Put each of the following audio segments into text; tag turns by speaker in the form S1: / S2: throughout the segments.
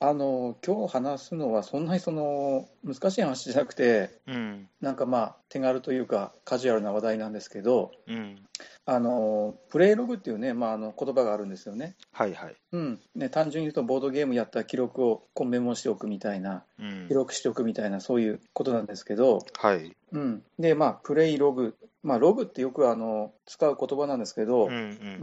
S1: あの今日話すのはそんなにその難しい話じゃなくて
S2: うん
S1: なんかまあ手軽というかカジュアルな話題なんですけど
S2: うん
S1: あのプレイログっていうね、まあ、あの言葉があるんですよね,、
S2: はいはい
S1: うん、ね単純に言うとボードゲームやった記録をこうメモしておくみたいな
S2: うん
S1: 記録しておくみたいなそういうことなんですけど、
S2: はい
S1: うん、でまあプレイログ、まあ、ログってよくあの使う言葉なんですけど、
S2: うんう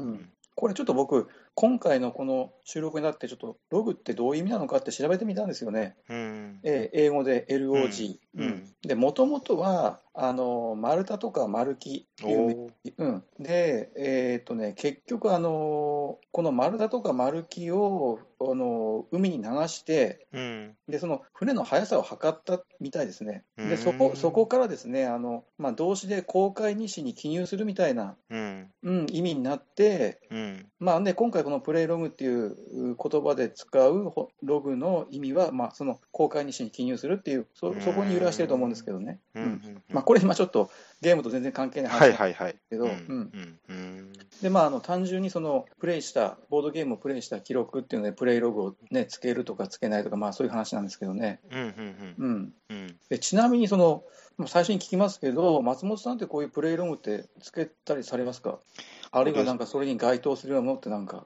S2: ん
S1: これちょっと僕今回のこの収録になってちょっとログってどういう意味なのかって調べてみたんですよね、
S2: うんうん
S1: えー英語で LOG、
S2: うんうん
S1: でもともとはあの丸太とか丸木っていう
S2: おー
S1: うん、で、えーっとね、結局、あのーこの丸太とか丸木を、あのー海に流して
S2: うん
S1: で、その船の速さを測ったみたいですね、
S2: うー
S1: で
S2: ん
S1: そこそこからですねあの、まあ、動詞で公開日誌に記入するみたいな、
S2: うん
S1: うん、意味になって、
S2: うん
S1: まあね、今回、このプレイログっていうう言葉で使うほログの意味は、まあ、その公開日誌に記入するっていう、そそこに由来してると思うんですけどね、
S2: う
S1: うんん
S2: うん
S1: まあ、これ、今ちょっとゲームと全然関係ない話
S2: は
S1: なん
S2: い
S1: です
S2: はいはい
S1: け
S2: う
S1: ど、
S2: ん
S1: うん
S2: うん
S1: でまあ、あの単純にそのプレイしたボードゲームをプレイした記録っていうのでプレイログを、ね、つけるとかつけないとか、まあ、そういう話なんですけどね、
S2: うんうんうん
S1: うん、
S2: うん
S1: でちなみにそのまあ最初に聞きますけど松本さんってこういうプレイログってつけたりされますかあるいはなんかそれに該当するようなものってなんか、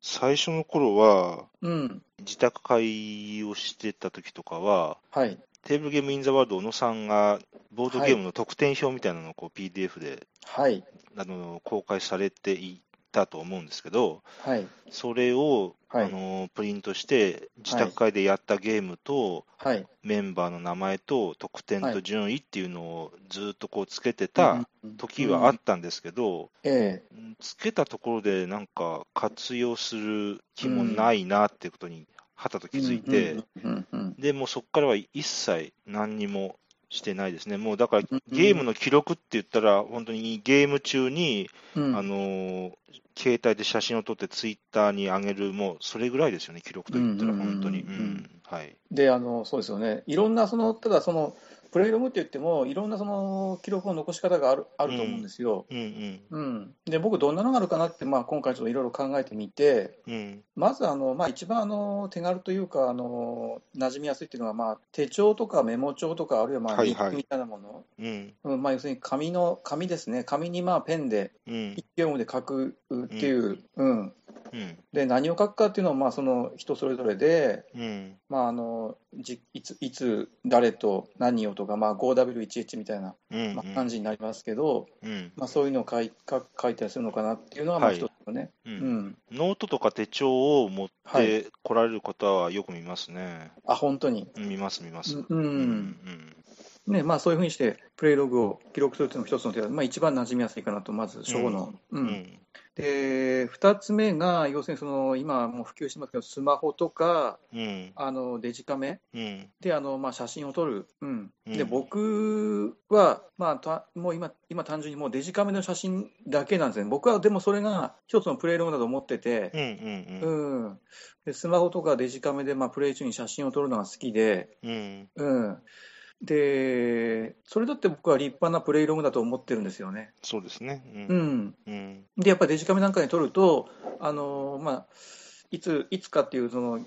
S2: 最初の頃は
S1: うん、
S2: 自宅会をしてた時とかは
S1: はい、
S2: テーブルゲームインザワールド小野さんがボードゲームの得点表みたいなのをこう PDF で
S1: はい、
S2: あの公開されていたと思うんですけど、
S1: はい、
S2: それを、
S1: はい
S2: あのプリントして、自宅会でやったゲームと、
S1: はい、
S2: メンバーの名前と得点
S1: は
S2: と
S1: い
S2: 順位っていうのをずっとこうつけてた
S1: うん
S2: 時はあ
S1: う
S2: っ
S1: ん
S2: たんですけど、
S1: え
S2: つけたところでなんか活用する気もないなっていうことに、はたと気
S1: え
S2: づいて、
S1: うんうんうん
S2: でもうそこからは一切何にもしてないですね、もうだから
S1: うん
S2: ゲームの記録って言ったら、本当にゲーム中に、
S1: うん
S2: あのー携帯で写真を撮ってツイッターに上げる、もうそれぐらいですよね、記録といったら、
S1: うんうんうん
S2: 本当に。う
S1: うん
S2: んはい
S1: であのそうですよね、いろんなその、ただその、プレイログって言っても、いろんなその記録の残し方があるあると思うんですよ。
S2: うんうん
S1: うんで、僕、どんなのがあるかなって、まあ、今回、ちょっといろいろ考えてみて、
S2: うん
S1: まずあの、まあ、一番あの手軽というか、あの馴染みやすいっていうのは、まあ、手帳とかメモ帳とか、あるいはまあ
S2: は
S1: 日
S2: いはい
S1: 記みたいなもの、
S2: うん
S1: うんまあ、要するに紙の紙ですね、紙にまあペンで、
S2: うん
S1: 一行で書くっていう、うん、
S2: うん
S1: で何を書くかっていうのは、まあ、その人それぞれで、
S2: うん
S1: まあ、あのじいついつ誰と何をとか、まあ、5W1H みたいな、
S2: うん
S1: まあ、感じになりますけど、
S2: うん
S1: まあ、そういうのを書い書書いたりするのかなっていうのはまあ
S2: はい
S1: 一つのね、
S2: う
S1: うんん、
S2: ノートとか手帳を持っ
S1: は
S2: て来られる方はよく見ますね。
S1: あ本当に、
S2: 見ます、見ます。
S1: うん
S2: うんうん
S1: ねまあ、そういうふうにしてプレイログを記録するっていうのも一つの手だ、まあ、一番馴染みやすいかなとまず初歩の、う
S2: うんん
S1: で2つ目が要するにその今もう普及してますけどスマホとか
S2: うん
S1: あのデジカメ
S2: うん
S1: であの、まあ、写真を撮る、うん、で
S2: うん
S1: 僕は、まあ、たもう今、今単純にもうデジカメの写真だけなんですね、僕はでもそれが一つのプレイログだと思って
S2: う
S1: て、
S2: んうんうん
S1: うんでスマホとかデジカメで、まあ、プレイ中に写真を撮るのが好きで、
S2: うん
S1: うん、でそれだって僕は立派なプレイログだと思ってるんですよね。
S2: そうですね。
S1: う
S2: うん
S1: ん、
S2: うん
S1: でやっぱりデジカメなんかに撮ると、あのまあ、いついつかっていうその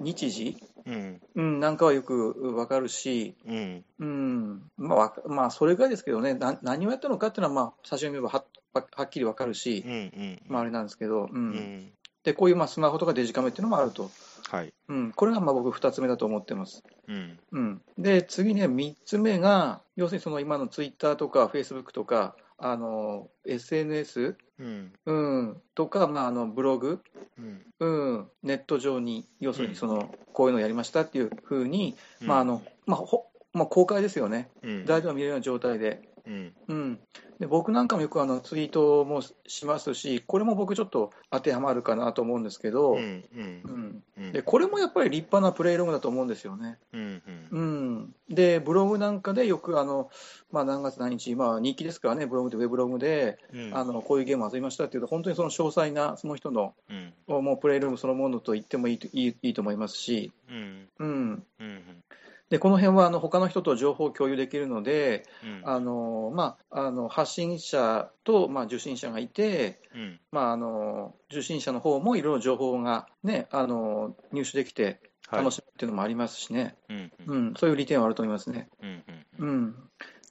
S1: 日時、
S2: うん
S1: うん、なんかはよくわかるし、
S2: うん
S1: うん、まあわか、まあ、それぐらいですけどね、な何をやったのかっていうのは、まあ、写真を見ればはははっきりわかるし、
S2: うんうん
S1: まあ、あれなんですけど、うん
S2: うん
S1: でこういうまあスマホとかデジカメっていうのもあると、
S2: はい。
S1: うん、これがまあ僕、2つ目だと思ってます。
S2: うん
S1: うん、で、次ね、3つ目が、要するにその今のツイッターとか、フェイスブックとか、あの SNS、
S2: うん
S1: うん、とか、まあ、あのブログ、
S2: うん
S1: うん、ネット上に、要するにその、こういうのやりましたっていうふうに、まああのまあほまあ、公開ですよね、
S2: うん
S1: 誰でも見れるような状態で。
S2: うん
S1: うん、で僕なんかもよくあのツイートもしますし、これも僕ちょっと当てはまるかなと思うんですけど、
S2: う
S1: うん
S2: んうんうん
S1: でこれもやっぱり立派なプレイログだと思うんですよね。
S2: うん
S1: うん、で、ブログなんかでよくあの、まあ、何月何日、まあ、日記ですからね、ブログで、ウェブログで、
S2: うん
S1: あのこういうゲームを遊びましたっていうと、本当にその詳細な、その人の
S2: うん
S1: もうプレイログそのものと言ってもいいといいいいと思いますし、
S2: うん
S1: うん、
S2: うん
S1: でこの辺はあの他の人と情報を共有できるので、
S2: うん
S1: あのまあ、あの発信者と、まあ、受信者がいて、
S2: うん
S1: まあ、あの受信者の方もいろいろ情報が、ね、あの入手できて、
S2: はい
S1: 楽しむっていうのもありますしね、
S2: うんうん
S1: うん、そういう利点はあると思いますね。
S2: うんう
S1: うんん、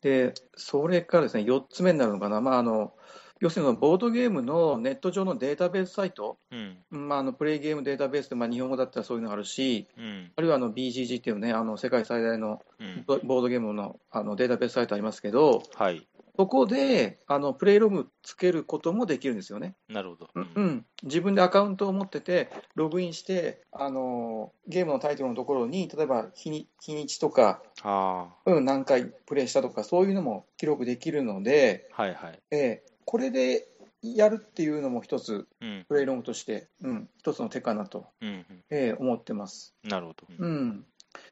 S1: で、それからですね、4つ目になるのかな、まあ、あの要するにそのボードゲームのネット上のデータベースサイト、
S2: うん
S1: まあ、あのプレイゲームデータベースって、まあ、日本語だったらそういうのがあるし、
S2: うん
S1: あるいはあの BGG っていうね、あの世界最大の
S2: うん
S1: ボボードゲームのあのデータベースサイトありますけど、
S2: はい
S1: そこであのプレイログつけることもできるんですよね。
S2: なるほど
S1: うんうん、自分でアカウントを持ってて、ログインして、あのーゲームのタイトルのところに、例えば日に日にちとか、
S2: あ
S1: うん、何回プレイしたとか、そういうのも記録できるので、
S2: あはいはい
S1: えーこれでやるっていうのも一つ、
S2: うん
S1: プレイログとして、うん、一つの手かなと、
S2: うんうん
S1: えー思ってます。
S2: なるほど
S1: う
S2: うん
S1: ん、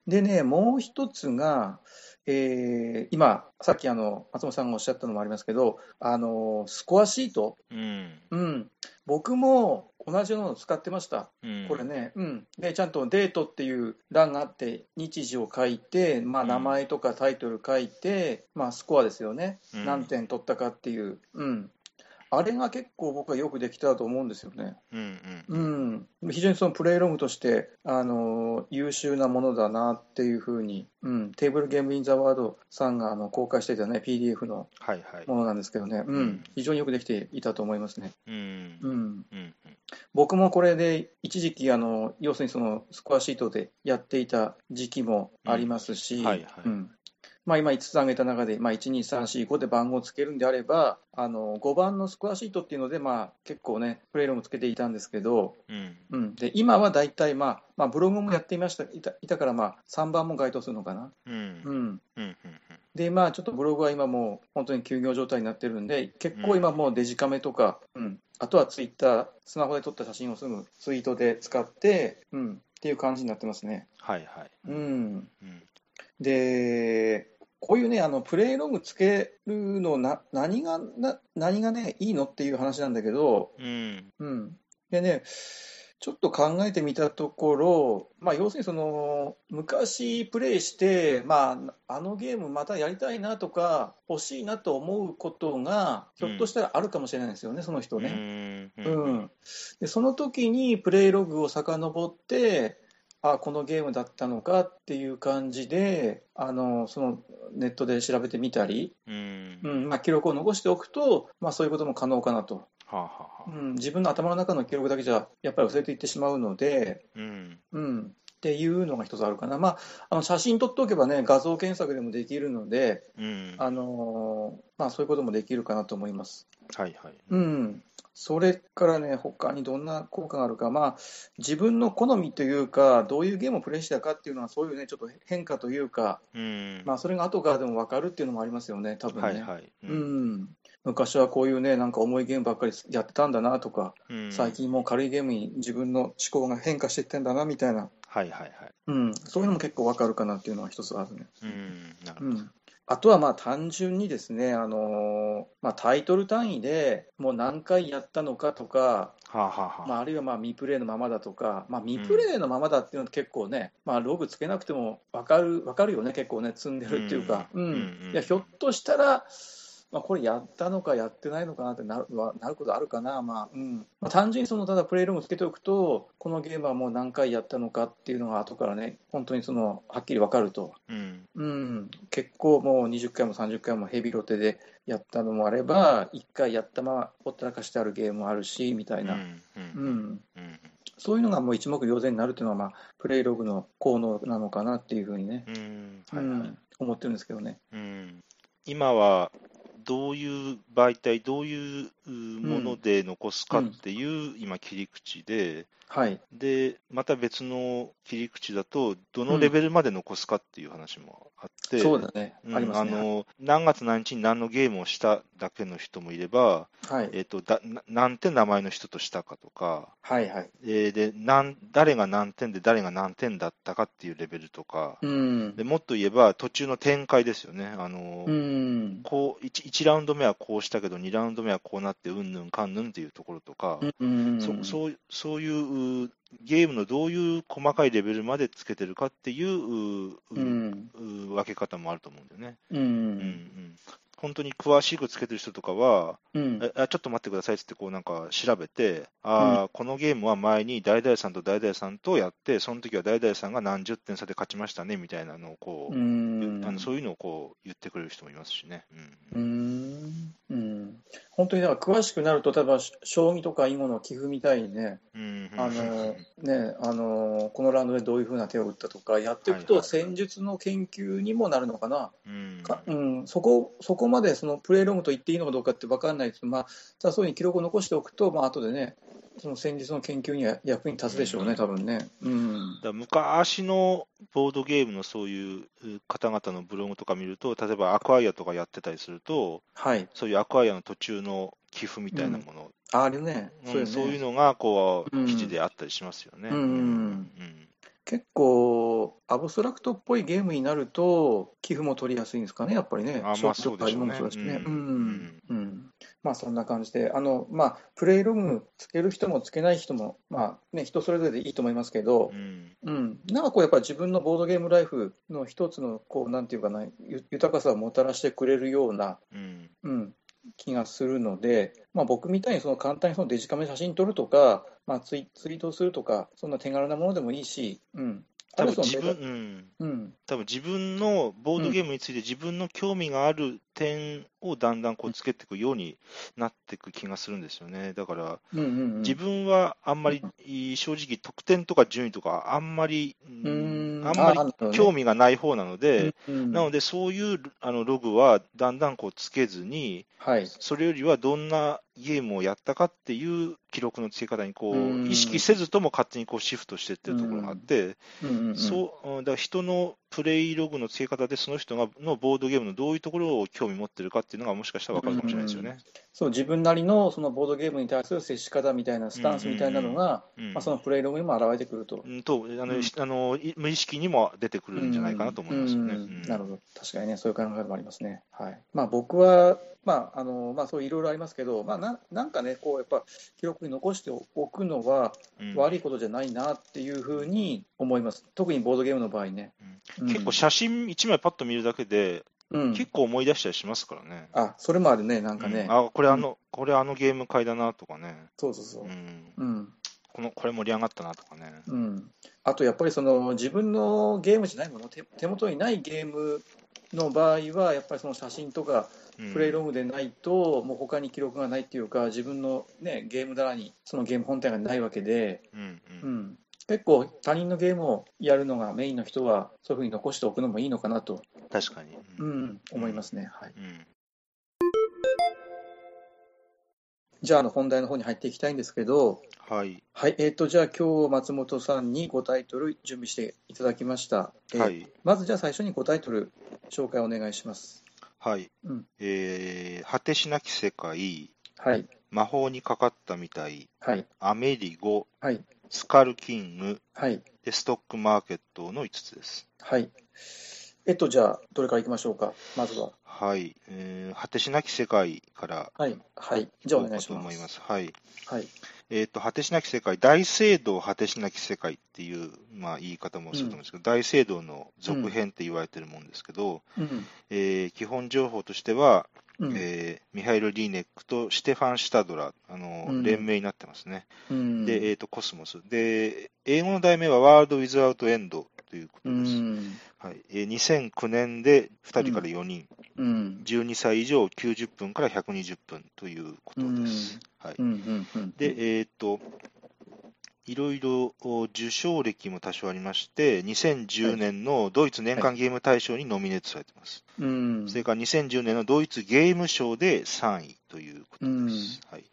S1: でね、もう一つが、えー今、さっきあの松本さんがおっしゃったのもありますけど、あのースコアシート、
S2: うん
S1: うん、僕も同じようなのを使ってました。
S2: うん
S1: これね、うん、でちゃんとデートっていう欄があって、日時を書いて、まあ、
S2: うん
S1: 名前とかタイトル書いて、まあ、スコアですよね、
S2: うん
S1: 何点取ったかっていう、うん、あれが結構僕はよくできたと思うんですよね、
S2: うんうん
S1: うん、非常にそのプレイログとして、あのー優秀なものだなっていうふうに、うん、テーブルゲームインザワードさんがあの公開してたね、PDF の
S2: はいはい
S1: ものなんですけどね、う
S2: うんん、
S1: 非常によくできていたと思いますね。
S2: うん
S1: う
S2: うん
S1: ん
S2: うん
S1: 僕もこれで一時期あの、要するにそのスコアシートでやっていた時期もありますし、
S2: うんはいはい
S1: うんまあ、今5つ挙げた中で、まあ、1、2、3、4、5で番号をつけるんであれば、あの5番のスコアシートっていうので、まあ、結構ね、プレイログもつけていたんですけど、
S2: うん
S1: うん、で今は大体、まあまあ、ブログもやっていましたいたいたから、まあ、3番も該当するのかな。
S2: うん
S1: う
S2: うん
S1: ん
S2: うん
S1: で、まあ、ちょっとブログは今もう本当に休業状態になってるんで、結構今もうデジカメとか、うん、あとはツイッター、スマホで撮った写真をすぐツイートで使って、うん、っていう感じになってますね。
S2: はいはい
S1: うん。
S2: うん
S1: で、こういうね、あの、プレイログつけるのな、何が、な、何がね、いいのっていう話なんだけど、
S2: うん
S1: うん。でね、ちょっと考えてみたところ、まあ、要するにその昔プレイして、まあ、あのゲームまたやりたいなとか欲しいなと思うことがひ
S2: うん
S1: ょっとしたらあるかもしれないですよね、その人
S2: う
S1: ね。
S2: んう
S1: うんん、でその時にプレイログを遡ってあこのゲームだったのかっていう感じであのそのネットで調べてみたり、
S2: うん
S1: う
S2: は
S1: んまあ、記録を残しておくと、まあ、そういうことも可能かなと。
S2: あはあ
S1: う
S2: はあ
S1: ん、自分の頭の中の記録だけじゃやっぱり忘れていってしまうので、
S2: うん
S1: うん、っていうのが一つあるかな、まあ、あの写真撮っておけばね画像検索でもできるので、
S2: うん
S1: あのーまあ、そういうこともできるかなと思います。
S2: はいはい
S1: うんそれからね、他にどんな効果があるか、まあ、自分の好みというか、どういうゲームをプレイしたかっていうのは、そういうね、ちょっと変化というか、
S2: うん
S1: まあ、それが後からでも分かるっていうのもありますよね、多分ね。
S2: はいはい
S1: うん、昔はこういうね、なんか重いゲームばっかりやってたんだなとか、
S2: うん
S1: 最近もう軽いゲームに自分の思考が変化していってんだなみたいな、
S2: はいはいはい
S1: うん、そういうのも結構わかるかなっていうのは一つあるね。
S2: うんなるほ
S1: う
S2: ど
S1: ん、あとはまあ単純にですね、あのーまあ、タイトル単位でもう何回やったのかとか、
S2: はあはあは
S1: まあ、あるいはまあ未プレイのままだとか、まあ、未プレイのままだっていうのは結構ね、まあ、ログつけなくてもわかるわかるよね、結構ね、積んでるっていうか、う
S2: うんんうん
S1: いやひょっとしたら、まあ、これやったのかやってないのかなってなるはなることあるかな、まあうんまあ、単純にそのただプレイログつけておくと、このゲームはもう何回やったのかっていうのが後からね、本当にそのはっきり分かると、
S2: うん
S1: うん、結構もう20回も30回もヘビロテでやったのもあれば、1回やったままほったらかしてあるゲームもあるしみた
S2: う
S1: い
S2: んう
S1: な。
S2: んう
S1: うんん
S2: うん
S1: そういうのがもう一目瞭然になるっていうのは、まあ、プレイログの効能なのかなっていうふうにね、
S2: うん
S1: う
S2: はいはい
S1: ん、思ってるんですけどね。
S2: うん今はどういう媒体どういううもので残すかっていう今切り口で
S1: はい、
S2: でまた別の切り口だとどのレベルまで残すかっていう話もあって
S1: そうだね、
S2: うん
S1: ありますね。
S2: あの何月何日に何のゲームをしただけの人もいれば、
S1: はい、
S2: えっとだな何点名前の人としたかとか、
S1: はい、はい。
S2: えーでなん誰が何点で誰が何点だったかっていうレベルとか、
S1: うん
S2: で、もっと言えば途中の展開ですよね、あの
S1: うん、
S2: こう 1, 1ラウンド目はこうしたけど、2ラウンド目はこうなって、うんぬんかんぬんっていうところとか、
S1: うん、
S2: そそういうそういううゲームのどういう細かいレベルまでつけてるかっていうう
S1: うん、
S2: う分け方もあると思うんだよね。
S1: う
S2: うん
S1: ん、
S2: うん本当に詳しくつけてる人とかは、
S1: うん
S2: えあちょっと待ってくださいっつってこうなんか調べて、ああ、このゲームは前に誰々さんと誰々さんとやって、その時は誰々さんが何十点差で勝ちましたねみたいなのをこ
S1: う
S2: う、
S1: ん
S2: あのそういうのをこう言ってくれる人もいますしね。う
S1: うんんうん本当にだから詳しくなると、例えばし将棋とか囲碁の棋譜みたいにね、
S2: うん
S1: あのねあのこのラウンドでどういうふうな手を打ったとか、やっていく
S2: はい
S1: と
S2: はい
S1: 戦術の研究にもなるのかな、
S2: うん
S1: かうん、そこそこまでそのプレイログと言っていいのかどうかって分からないですけど、まあ、ただそういうふうに記録を残しておくと、まあ後でね、その戦術の研究には役に立つでしょう
S2: うん
S1: ね、多分ね。うん
S2: だから昔のボードゲームのそういうう方々のブログとか見ると、例えばアクアイアとかやってたりすると、
S1: はい、
S2: そういうアクアイアの途中の寄付みたいなもの、
S1: ああれね
S2: うん
S1: そうよね
S2: そういうのがこ
S1: う
S2: うん記事であったりしますよね。
S1: うん
S2: うん
S1: 結構、アブストラクトっぽいゲームになると、寄付も取りやすいんですかね、やっぱりね、
S2: あまあそうでしょうね
S1: ショックとかもそうだしね、
S2: う
S1: うんんうんまあそんな感じで、あのまあ、プレイログつける人もつけない人も、まあね、人それぞれでいいと思いますけど
S2: う、ん
S1: うん、なんかこう、やっぱり自分のボードゲームライフの一つの、こうなんていうかな、ゆ豊かさをもたらしてくれるような、
S2: うん
S1: うん、気がするので、まあ、僕みたいにその簡単にそのデジカメで写真撮るとか、まあ、ツイツイートするとか、そんな手軽なものでもいいし、うん、あ
S2: 多
S1: る
S2: 分
S1: いは
S2: 自
S1: その
S2: 分、うん、
S1: うん、
S2: 多分自分のボードゲームについて自分の興味がある点をだんだんこうつけていくようになっていく気がするんですよね。だから、
S1: うんうんうん、
S2: 自分はあんまりいい正直、得点とか順位とか、あんまり、うん
S1: うーん
S2: あんま
S1: あなるほど
S2: り
S1: ね
S2: 興味がない方なので、
S1: うん
S2: なので、そういうあのログはだんだんこうつけずに、
S1: はい、
S2: それよりはどんなゲームをやったかっていう記録のつけ方にこ
S1: う
S2: う、
S1: ん
S2: 意識せずとも勝手にこうシフトしていってるところがあって、
S1: うんうんうん、
S2: そううんだから人のプレイログのつけ方で、その人がのボードゲームのどういうところを興味持ってるかっていうのが、もしかしたら分かるかもしれないですよね。
S1: そう自分なりのそのボードゲームに対する接し方みたいなスタンスみたいなのが、
S2: うん
S1: まあ、そのプレイログにも現れてくると。
S2: うんとあの、
S1: うん
S2: しあのい無意識にも出てくるんじゃないかなと思いますよね。
S1: うん
S2: うん
S1: なるほど、確かにね、そういう考え方もありますね。はいまあ、僕は、まああのまあ、そういろいろありますけど、まあ、ななんかね、こうやっぱ記録に残しておくのは
S2: うん
S1: 悪いことじゃないなっていうふうに思います、特にボードゲームの場合ね。うん
S2: 結構写真1枚パッと見るだけで、
S1: うん
S2: 結構思い出したりしますからね。
S1: あそれもあるね、なんかね、
S2: うんあこれあの、これあのゲーム会だなとかね、
S1: そうそうそうう。
S2: ん
S1: うん
S2: この、これ盛り上がったなとかね。
S1: うん、あとやっぱりその自分のゲームじゃないもの手手元にないゲームの場合はやっぱりその写真とか
S2: うん
S1: プレイログでないと、もう他に記録がないっていうか自分の、ね、ゲーム棚にそのゲーム本体がないわけで、
S2: うんう
S1: うんん、結構他人のゲームをやるのがメインの人はそういうふうに残しておくのもいいのかなと、
S2: 確かに。う
S1: うんん、思いますね。はい
S2: うん
S1: じゃああの本題の方に入っていきたいんですけど、
S2: はい、
S1: はいえー、とじゃあ今日松本さんに5タイトル準備していただきました。えー
S2: はい、
S1: まずじゃあ最初に5タイトル紹介お願いします。
S2: はい。
S1: うん
S2: えー果てしなき世界、
S1: はい、
S2: 魔法にかかったみたい、
S1: はい、
S2: アメリゴ、
S1: はい、
S2: スカルキング、
S1: はい、
S2: でストックマーケットの5つです。
S1: はい。えっと、じゃあ、どれからいきましょうか、まずは。
S2: はい、えー果てしなき世界から
S1: はい、はい、じゃあお
S2: 行こ
S1: 願
S2: う
S1: いし
S2: と
S1: ま
S2: 思
S1: す。
S2: います。はい、
S1: はい、
S2: えっ、と果てしなき世界、大聖堂果てしなき世界っていうまあ言い方もすると思うんですけど、大聖堂の続編って言われてるもんですけど、
S1: うん、
S2: えー基本情報としては、
S1: うん、
S2: えーミハイル・リーネックとシテファン・シュタドラあの、
S1: うん
S2: 連名になってますね。
S1: うん、
S2: で、えっ、とコスモス。で、英語の題名はワールド・ウィズ・アウト・エンドというこ
S1: う
S2: とです。
S1: ん、
S2: はい、えー2009年で2人から4人。
S1: うん、
S2: 12歳以上90分から120分ということです。はい
S1: うん、う、ん、うん、
S2: で、えーっと、いろいろお受賞歴も多少ありまして、2010年のドイツ年間ゲーム大賞にノミネートされてます。
S1: うん、
S2: それから2010年のドイツゲーム賞で3位ということです。はい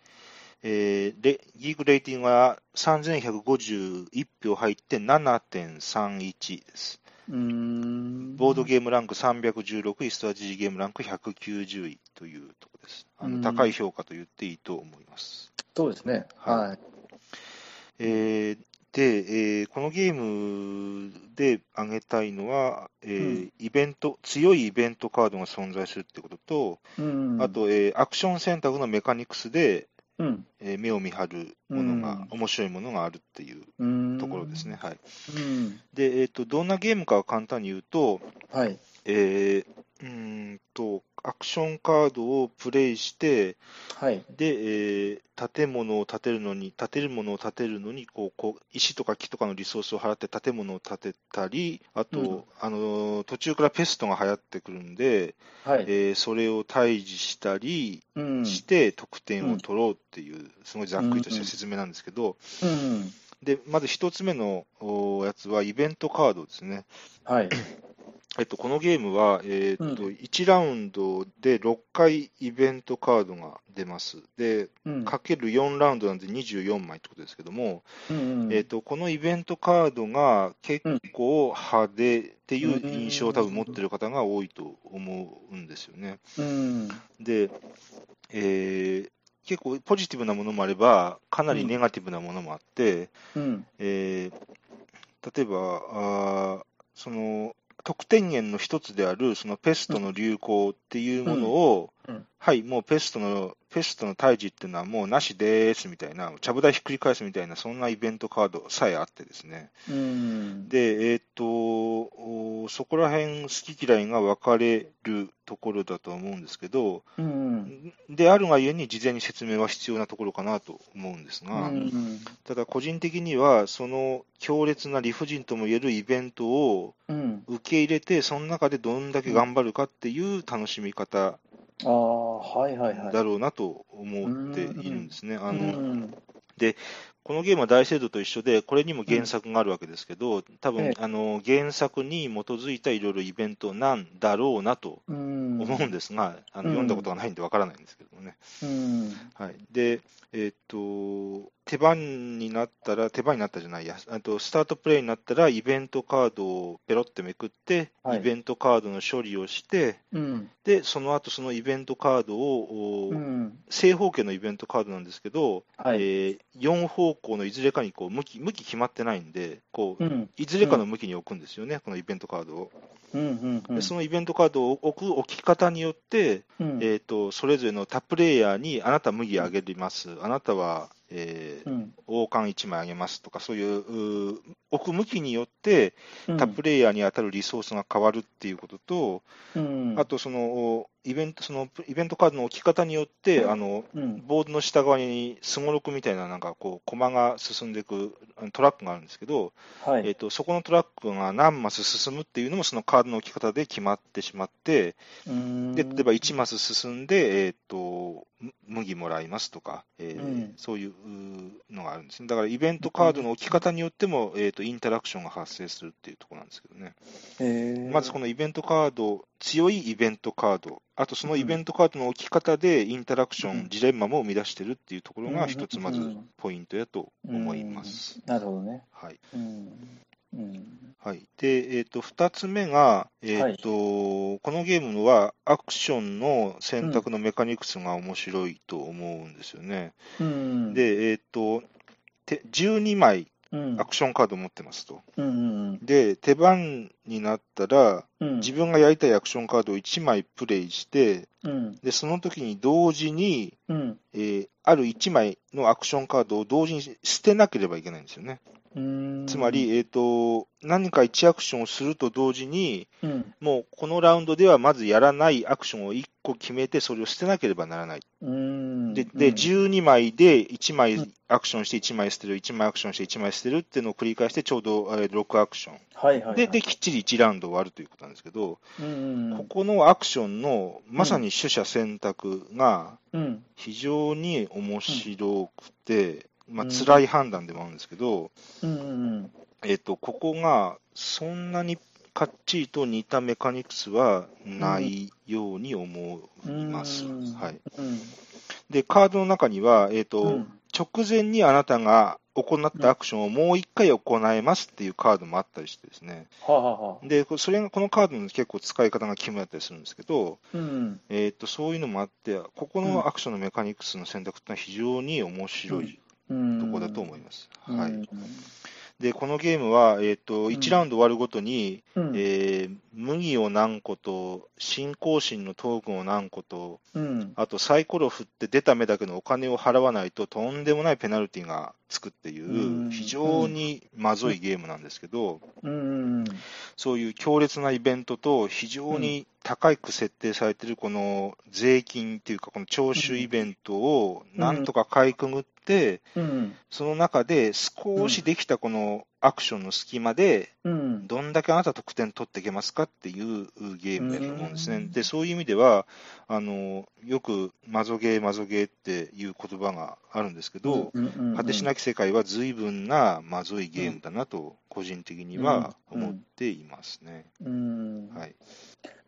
S2: えーレギークレーティングは3151票入って7.31です。
S1: うん、
S2: ボードゲームランク316位、ストラテジーゲームランク190位というところです。あの
S1: うん
S2: 高い評価と言っていいと思います。
S1: そうですね、はい。
S2: えーで、えーこのゲームで挙げたいのは、えー
S1: う
S2: イベント、強いイベントカードが存在するってことと、
S1: うん、
S2: あ、と、えーアクション選択のメカニクスで、
S1: うん、
S2: えー目を見張るものが、面白いものがあるっていう
S1: うん、
S2: ところですね。。はい、
S1: うん、
S2: で、えーと、どんなゲームかを簡単に言うと、
S1: はい、
S2: えーうーんとアクションカードをプレイして、
S1: はい。
S2: で、えー建物を建てるのに、建てるものを建てるのにこうこう、石とか木とかのリソースを払って建物を建てたり、あと、
S1: うん
S2: あのー途中からペストが流行ってくるんで、
S1: はい。
S2: えーそれを退治したり
S1: うん。
S2: して、得点を取ろうっていう、すごいざっくりとした説明なんですけど、
S1: うん。
S2: でまず一つ目のおやつは、イベントカードですね。
S1: はい。
S2: えっと、このゲームは、えーっと
S1: う
S2: 1ラウンドで6回イベントカードが出ます。で、
S1: うん。
S2: かける4ラウンドなんで24枚ってことですけども、
S1: うんうん
S2: えーっとこのイベントカードが結構派手っていう印象を多分持ってる方が多いと思うんですよね。
S1: うん。
S2: で、えー結構ポジティブなものもあれば、かなりネガティブなものもあって、
S1: うん。
S2: えー例えばあーその得点源の一つであるそのペストの流行っていうものを、
S1: うんうん
S2: はい、もうペストのペストの退治っていうのはもうなしですみたいな、ちゃぶ台ひっくり返すみたいな、そんなイベントカードさえあってですね、
S1: うん。
S2: で、えーっとおそこら辺好き嫌いが分かれるところだと思うんですけど、
S1: うん。
S2: であるがゆえに事前に説明は必要なところかなと思うんです
S1: う
S2: が。
S1: ん。
S2: ただ個人的には、その強烈な理不尽ともいえるイベントを
S1: うん。
S2: 受け入れて、その中でどんだけ頑張るかっていう楽しみ方
S1: ああ、はいはいはい。
S2: だろうなと思っているんですね。あ
S1: う
S2: の
S1: ん。
S2: このゲームは大聖堂と一緒で、これにも原作があるわけですけど、多
S1: え
S2: 分
S1: え
S2: あの原作に基づいたいろいろイベントなんだろうなと
S1: うん。
S2: 思うんですが、あの
S1: うん
S2: 読んだことがないんでわからないんですけどね。
S1: うん。
S2: はい、で、えーっと、手番になったら、手番になったじゃないや、あとスタートプレイになったら、イベントカードをペロってめくって、
S1: はい
S2: イベントカードの処理をして、
S1: うん。
S2: で、その後そのイベントカードを、お
S1: うん。
S2: 正方形のイベントカードなんですけど、
S1: はい。
S2: え4方向のいずれかにこう向き向き決まってないんで、こう
S1: うん。
S2: いずれかの向きに置くんですよね、このイベントカードを。
S1: うん。うん。
S2: でそのイベントカードを置く置き方によって、
S1: うん。
S2: えー、とそれぞれのタップレイヤーにあなた麦あげます、あなたは、えー
S1: うん。
S2: 王冠1枚あげますとか、そういううー置く向きによって、
S1: うん。
S2: タップレイヤーに当たるリソースが変わるっていうことと、
S1: うん。
S2: あとそのイベントそのイベントカードの置き方によって、
S1: うん
S2: あの
S1: うん。
S2: ボードの下側にすごろくみたいな、なんかこう、駒が進んでいくあのトラックがあるんですけど、
S1: は
S2: えー
S1: い。
S2: と、そこのトラックが何マス進むっていうのも、そのカードの置き方で決まってしまって、
S1: うん
S2: で例えば1マス進んで、えー、とむ麦もらいますとか、えー
S1: うん
S2: そういうのがあるんですね。だからイベントカードの置き方によっても、えー、とインタラクションが発生するっていうところなんですけどね。
S1: えー
S2: まずこのイベントカード、強いイベントカード、あとそのイベントカードの置き方でインタラクション、
S1: うん
S2: ジレンマも生み出してるっていうところが
S1: うん
S2: 一つまずポイントやと思います。
S1: なるほどね。
S2: はい
S1: うん。うん。
S2: はい、で、えー、と2つ目が、えーとこのゲームはアクションの選択のメカニクスが面白いと思うんですよね。
S1: うん。、
S2: で、えー、とて12枚
S1: うん。
S2: アクションカードを持ってますと。
S1: うん。
S2: で、手番になったら、
S1: うん。
S2: 自分がやりたいアクションカードを1枚プレイして、
S1: うん。
S2: でその時に同時に、
S1: うん。
S2: えーある1枚のアクションカードを同時に捨てなければいけないんですよね。
S1: うん。
S2: つまり、えー、と何か1アクションをすると同時に、
S1: うん。
S2: もうこのラウンドではまずやらないアクションを1個決めて、それを捨てなければならない。
S1: うん。
S2: で、
S1: う
S2: で
S1: ん、
S2: 12枚で1枚
S1: うん
S2: アクションして1枚捨てる、1枚アクションして1枚捨てるっていうのを繰り返して、ちょうどえー6アクション。
S1: はいはいはい。
S2: で、で、きっちり1ラウンド終わるということなんですけど、
S1: うん。
S2: ここのアクションのまさに取捨選択が
S1: うん。
S2: 非常に面白くて、まあ
S1: うん
S2: 辛い判断でもあるんですけど、
S1: うん。うん。
S2: えっと、ここがそんなにかっちりと似たメカニクスはないように思います。
S1: うん
S2: はい、
S1: うん。
S2: で、カードの中には、えっと
S1: うん
S2: 直前にあなたが行ったアクションをもう一回行いますっていうカードもあったりしてですね、
S1: はあはあはあ。
S2: でこそれがこのカードの結構使い方が肝だったりするんですけど、
S1: うん。
S2: えっとそういうのもあって、ここのアクションのメカニクスの選択ってのは非常に面白い
S1: うん。
S2: ところだと思います。は
S1: うん
S2: い、でこのゲームは、えっと
S1: ん
S2: 1ラウンド終わるごとに、
S1: うん。
S2: えー麦を何個と、信仰心のトークンを何個と、
S1: うん。
S2: あとサイコロ振って出た目だけのお金を払わないと、とんでもないペナルティがつくっていうう、
S1: ん
S2: 非常にまずいゲームなんですけど、
S1: うん。
S2: そういう強烈なイベントと非常に高く設定されているこの税金っていうか、この徴収イベントをなんとかかいくぐって、
S1: うん
S2: その中で少しできたこのアクションの隙間で、
S1: うん
S2: どんだけあなた得点取っていけますかっていうゲームだと思うんです
S1: う
S2: ね。
S1: ん
S2: で、そういう意味では、あのよくマゾゲー、マゾゲーっていう言葉があるんですけど、果てしな
S1: く
S2: き世界は随分なまずいゲームだなと、個人的には思っていますね。
S1: うん
S2: はい。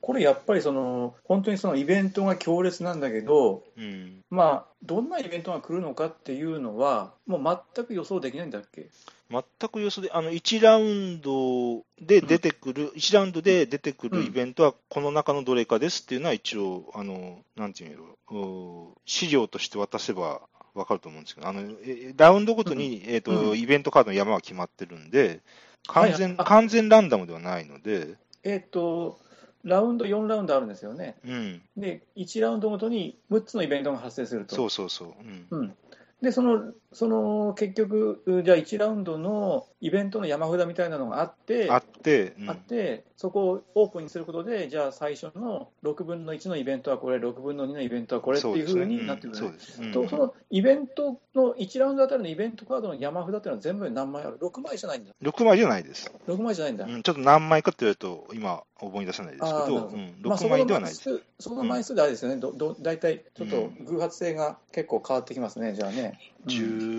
S1: これやっぱりその本当にそのイベントが強烈なんだけど、
S2: うん。
S1: まあ、どんなイベントが来るのかっていうのは、もう全く予想できないんだっけ
S2: 全く予想で、あの、1ラウンドで出てくる、1ラウンドで出てくるイベントは、この中のどれかですっていうのは、一応、あの、なんていうんやろうん資料として渡せばわかると思うんですけど、あの、えラウンドごとに、えっと、
S1: うん
S2: イベントカードの山は決まってるんで、完全、
S1: はいあ
S2: 完全ランダムではないので、
S1: えっ、と、ラウンド4ラウンドあるんですよね。
S2: うん、
S1: で、1ラウンドごとに6つのイベントが発生すると。
S2: そうそうそう、うん。
S1: うん、で、その、その結局、うじゃあ1ラウンドのイベントの山札みたいなのがあって、
S2: あって、うん
S1: あってそこをオープンにすることで、じゃあ最初の6分の1のイベントはこれ、6分の2のイベントはこれっていうふうになってくるね
S2: そうですねうん
S1: とそのイベントの1ラウンドあたりのイベントカードの山札っていうのは全部で何枚ある ?6 枚じゃないんだ。
S2: 6枚じゃないです、
S1: 6枚じゃないんだ。
S2: うんちょっと何枚かって言われると、今、思い出せないですけ
S1: あーなる
S2: ど、
S1: ほど
S2: うん
S1: まあ
S2: 6枚ではないです。
S1: そこの枚数そこの枚数であれですよね、どど大体ちょっと偶発性が結構変わってきますね、じゃあね、うん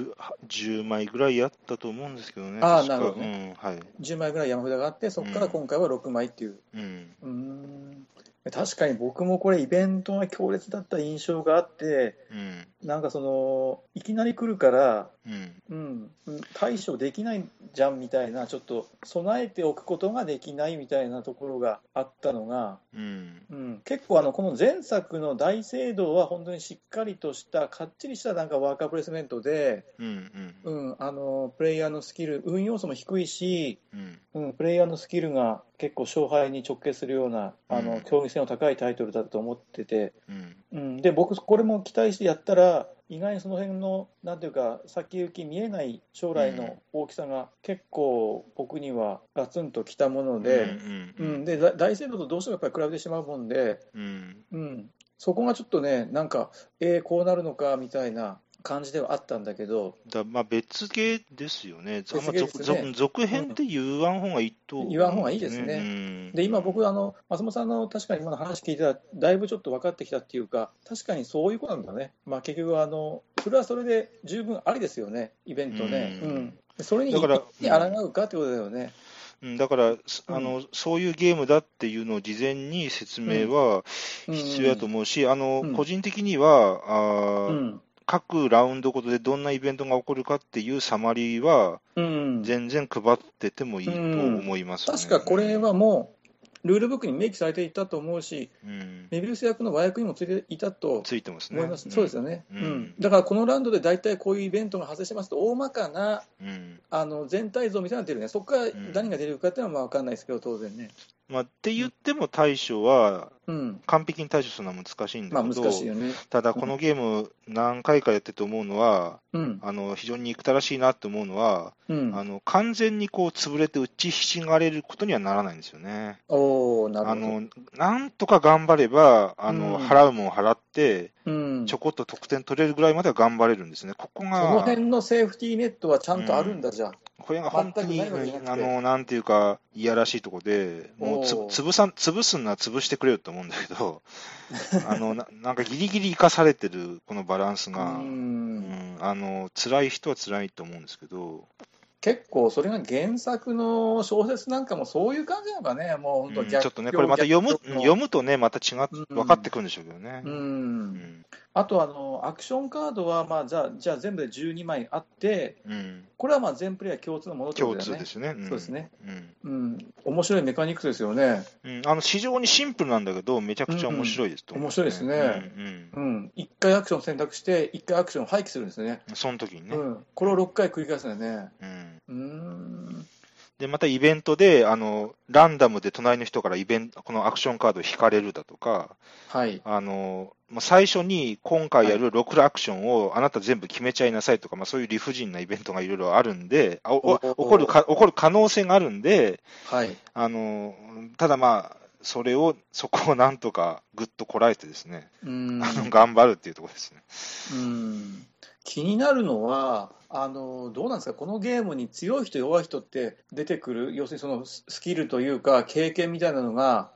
S2: 10, 10枚ぐらいあったと思うんですけどね。
S1: あー
S2: 確か
S1: なるほど
S2: うん、はい。
S1: 10枚ぐらい山札があって、そこから今回は6枚っていう、
S2: うん。
S1: うーん確かに僕もこれ、イベントが強烈だった印象があって、
S2: うん。
S1: なんかその、いきなり来るから、
S2: うん。
S1: うん、うん対処できないじゃんみたいな、ちょっと備えておくことができないみたいなところがあったのが、
S2: うん。
S1: うん、結構あの、この前作の大聖堂は本当にしっかりとした、かっちりしたなんかワーカープレイスメントで、
S2: うん。うん。
S1: うん、あのプレイヤーのスキル、運要素も低いし、
S2: うん。
S1: うん、プレイヤーのスキルが結構勝敗に直結するような、あ
S2: うん
S1: の競技性の高いタイトルだと思ってて、
S2: うん。
S1: うん、で僕、これも期待してやったら、意外にその辺の、なんていうか、先行き見えない将来の大きさが、結構僕にはガツンときたもの
S2: う
S1: で、
S2: ん。
S1: う
S2: うんん。
S1: でだ大聖堂とどうしてもやっぱり比べてしまうもんで、
S2: うん。
S1: うん、そこがちょっとね、なんか、えー、こうなるのかみたいな感じではあったんだけど、
S2: だまあ別ゲーですよね。あん
S1: 別
S2: ま
S1: ゲ
S2: 続
S1: ーですね
S2: 続続編って言わん方がいいと思うんね。
S1: 言わん方がいいですね
S2: うん
S1: で今、僕あの、松本さんの確かに今の話聞いたら、だいぶちょっと分かってきたっていうか、確かにそういうことなんだね、まあ、結局あの、それはそれで十分ありですよね、イベントね、
S2: う
S1: うんんそれに
S2: だから
S1: に抗うかってことだよね。
S2: うんだから、すあの、そういうゲームだっていうのを事前に説明は必要だと思うし、あの、
S1: うん
S2: 個人的には、あ
S1: う
S2: ー
S1: ん、
S2: 各ラウンドごとでどんなイベントが起こるかっていうサマリーは、
S1: うん、
S2: 全然配っててもいいと思います、ね
S1: 確かこれはもう、ルールブックに明記されていたと思うし、
S2: うん、
S1: メビウス役の和訳にもついていたと
S2: ついてますね。
S1: 思います、そうですよね、
S2: う
S1: うんんだからこのラウンドで大体こういうイベントが発生してますと、大まかな
S2: うん
S1: あの全体像みたいなのが出るね、そこから何が出るかっていうのはまあ分かんないですけど、当然ね。
S2: まあ、って言っても対処は、
S1: うん
S2: 完璧に対処するのは難しいん
S1: ま
S2: だ
S1: あ
S2: け
S1: 難
S2: ど、
S1: しいよね。
S2: ただこのゲーム、何回かやってて思うのは、
S1: うん。
S2: あの非常に憎たらしいなと思うのは、
S1: うん
S2: あの完全にこう潰れて打ちひしがれることにはならないんですよね。
S1: おおなる
S2: あ
S1: ほど。
S2: のなんとか頑張れば、あの
S1: うん
S2: 払うもん払って、
S1: うん
S2: ちょこっと得点取れるぐらいまでは頑張れるんですね、ここ
S1: その
S2: が、
S1: 辺のセーフティーネットはちゃんとあるんだ、じゃあ。
S2: これが本当に、
S1: 全くないわけじゃなくて
S2: あのなんていうか、いやらしいとこで、もうつ
S1: おう
S2: 潰さん潰すんなら潰してくれよと思うんだ けど、あのななんかギリギリ生かされてる、このバランス
S1: う
S2: が、うん
S1: ん
S2: あの辛い人は辛いと思うんですけど、
S1: 結構それが原作の小説なんかもそういう感じなのかね、もう本
S2: うん
S1: 当逆
S2: ちょっとね、これまた読む
S1: 逆
S2: 読むとね、また違って
S1: うん
S2: 分かってくるんでしょうけどね。
S1: う、
S2: うんん
S1: あとあのアクションカードはまあじゃあじゃあ全部で12枚あって、
S2: うん
S1: これはまあ全プレイヤー共通のものってこ
S2: 共
S1: とだ
S2: 通
S1: よ
S2: で
S1: ね。
S2: すね。ん
S1: そうですね。
S2: うん
S1: うん、面白いメカニクスですよね、
S2: うん、あの非常にシンプルなんだけど、めちゃくちゃ面白いですと思う、
S1: 面白いですね
S2: うん
S1: う、ん、1回アクション選択して、1回アクションを廃棄するんですね、
S2: うん、その時にね、
S1: うん、これを6回繰り返すんだよね。
S2: うん、
S1: うーん
S2: でまたイベントであの、ランダムで隣の人からイベンこのアクションカードを引かれるだとか、
S1: はい。
S2: あのまあ、最初に今回やるロクラアクションをあなた全部決めちゃいなさいとか、まあ、そういう理不尽なイベントがいろいろあるんで、あおお起こるか起こる可能性があるんで、
S1: はい。
S2: あのただまあ、それを、そこをなんとかぐっとこらえてですね、
S1: うん。
S2: あの頑張るっていうところですね。
S1: うん気になるのはあの、どうなんですか、このゲームに強い人、弱い人って出てくる、要するにそのススキルというか、経験みたいなのが、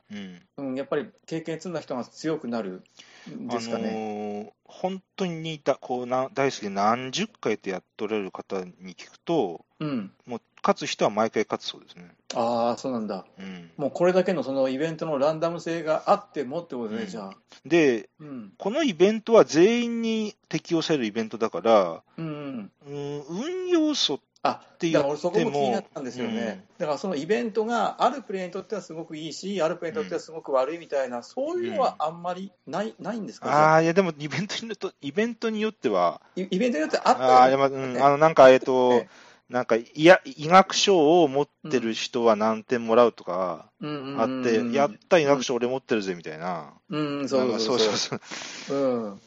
S2: うん
S1: うん、やっぱり経験積んだ人が強くなるん
S2: あの
S1: ですかね。
S2: ー本当にだこうな大好きで何十回ってやっとれる方に聞くと、
S1: うん、
S2: もう勝つ人は毎回勝つそうですね。
S1: ああ、そうなんだ、
S2: うん、
S1: もうこれだけのそのイベントのランダム性があってもってことね、
S2: うん
S1: じゃあ。
S2: で、
S1: うん、
S2: このイベントは全員に適用されるイベントだから、
S1: うん、うん
S2: うん、運要素っ
S1: あ
S2: て言
S1: だ
S2: っ
S1: から俺、そこ
S2: て
S1: も気にな
S2: も
S1: っ、たんですよね、だからそのイベントがあるプレイヤーにとってはすごくいいし、あるプレイヤーにとってはすごく悪いみたいな、そういうのはあんまりない,、ないんですか、じゃあ
S2: ああ、いや、でもイベントによってイベントによっては、
S1: イイベントによってあ
S2: あ
S1: った
S2: あー、
S1: ら
S2: でもうん、あのなんか、えっと
S1: ね、
S2: なんかいや、医学賞を持ってる人は何点もらうとか
S1: うんうん
S2: あって、
S1: うんうん
S2: やった、医学賞俺持ってるぜみたいな、
S1: うん、
S2: な
S1: そ
S2: んか
S1: うそう
S2: そ
S1: う
S2: そう
S1: そ
S2: そう。
S1: う、うん、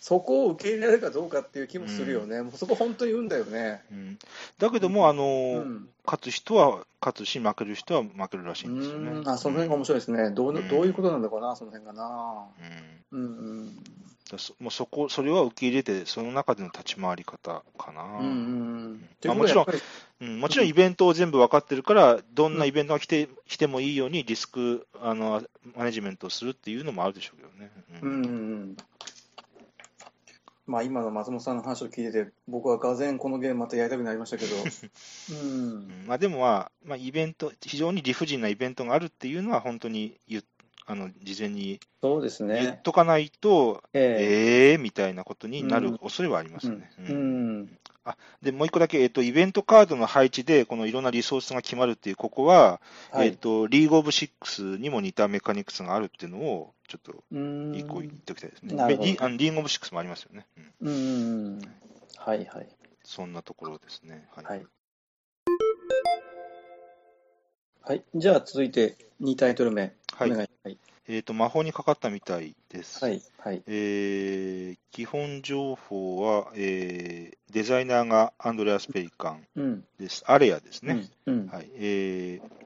S1: そこを受け入れられるかどうかっていう気もするよね、もうそこ、本当に運だよね。
S2: うんだけども、あの
S1: う
S2: ー
S1: ん、
S2: 勝つ人は勝つし、負ける人は負けるらしいんですよね
S1: う。んあその辺が面白いですね、どう
S2: うん
S1: どういうことなんだろうな、その辺がな。
S2: うんうん
S1: うんうん
S2: だそもうそこ、それは受け入れて、その中での立ち回り方かな。
S1: うんうん
S2: あ
S1: ということはやっぱり
S2: うんもちろんイベントを全部分かってるから、どんなイベントが来て,、来てもいいようにリスクあのマネジメントをするっていうのもあるでしょうけどね。
S1: う
S2: うん
S1: んうんまあ、今の松本さんの話を聞いてて、僕はがぜんこのゲームまたやりたくなりましたけ ど、うん
S2: う、んまあ、でも、まあまあ、イベント、非常に理不尽なイベントがあるっていうのは、本当に言っあの事前に
S1: そうです
S2: 言っ
S1: ね、
S2: とかないと、
S1: ええ
S2: えーみたいなことになる恐れはあります
S1: うん
S2: ね。
S1: う
S2: うん
S1: ん
S2: でもう一個だけ、えっと、イベントカードの配置で、このいろんなリソースが決まるっていう、ここは、
S1: は
S2: えっ
S1: い
S2: と、リーグオブシックスにも似たメカニクスがあるっていうのを、ちょっと
S1: うん
S2: 一個言っておきたいですね。
S1: なるほど
S2: リあのリングオブシックスもありますよね。うん
S1: うんうんうんはいはい
S2: そんなところですね。はい。
S1: はい、はい、じゃあ続いて2タイトル目、
S2: はい
S1: お願いはい
S2: えっ、と、魔法にかかったみたいです。
S1: はいはい
S2: えー基本情報は、えーデザイナーがアンドレアス・ペリカン
S1: うん
S2: です。アレアですね。
S1: うんうん
S2: はい。えー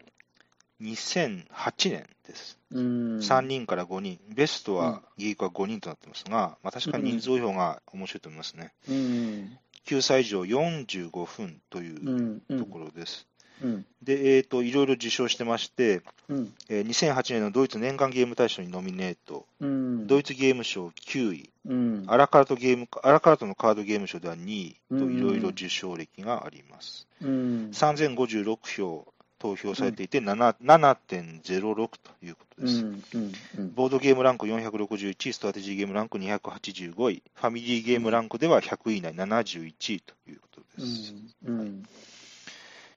S2: 2008年です。
S1: うん
S2: 3人から5人、ベストは、ギークは5人となってますが、まあ、確かに人数表が面白いと思いますね。
S1: うん
S2: 救済以上45分といううん
S1: うん
S2: ところです。
S1: うん
S2: で、えー、といろいろ受賞してまして、
S1: うん
S2: えー2008年のドイツ年間ゲーム大賞にノミネート、
S1: うん
S2: ドイツゲーム賞9位、
S1: うん
S2: アラカルトゲームアラカルトのカードゲーム賞では2位といろいろ受賞歴があります。
S1: うん
S2: 3056票投票されていて、7 7.06というこ
S1: う
S2: とです。
S1: んうんうん
S2: ボードゲームランク461位、ストラテジーゲームランク285位、ファミリーゲームランクでは100位以内71位ということです。
S1: うん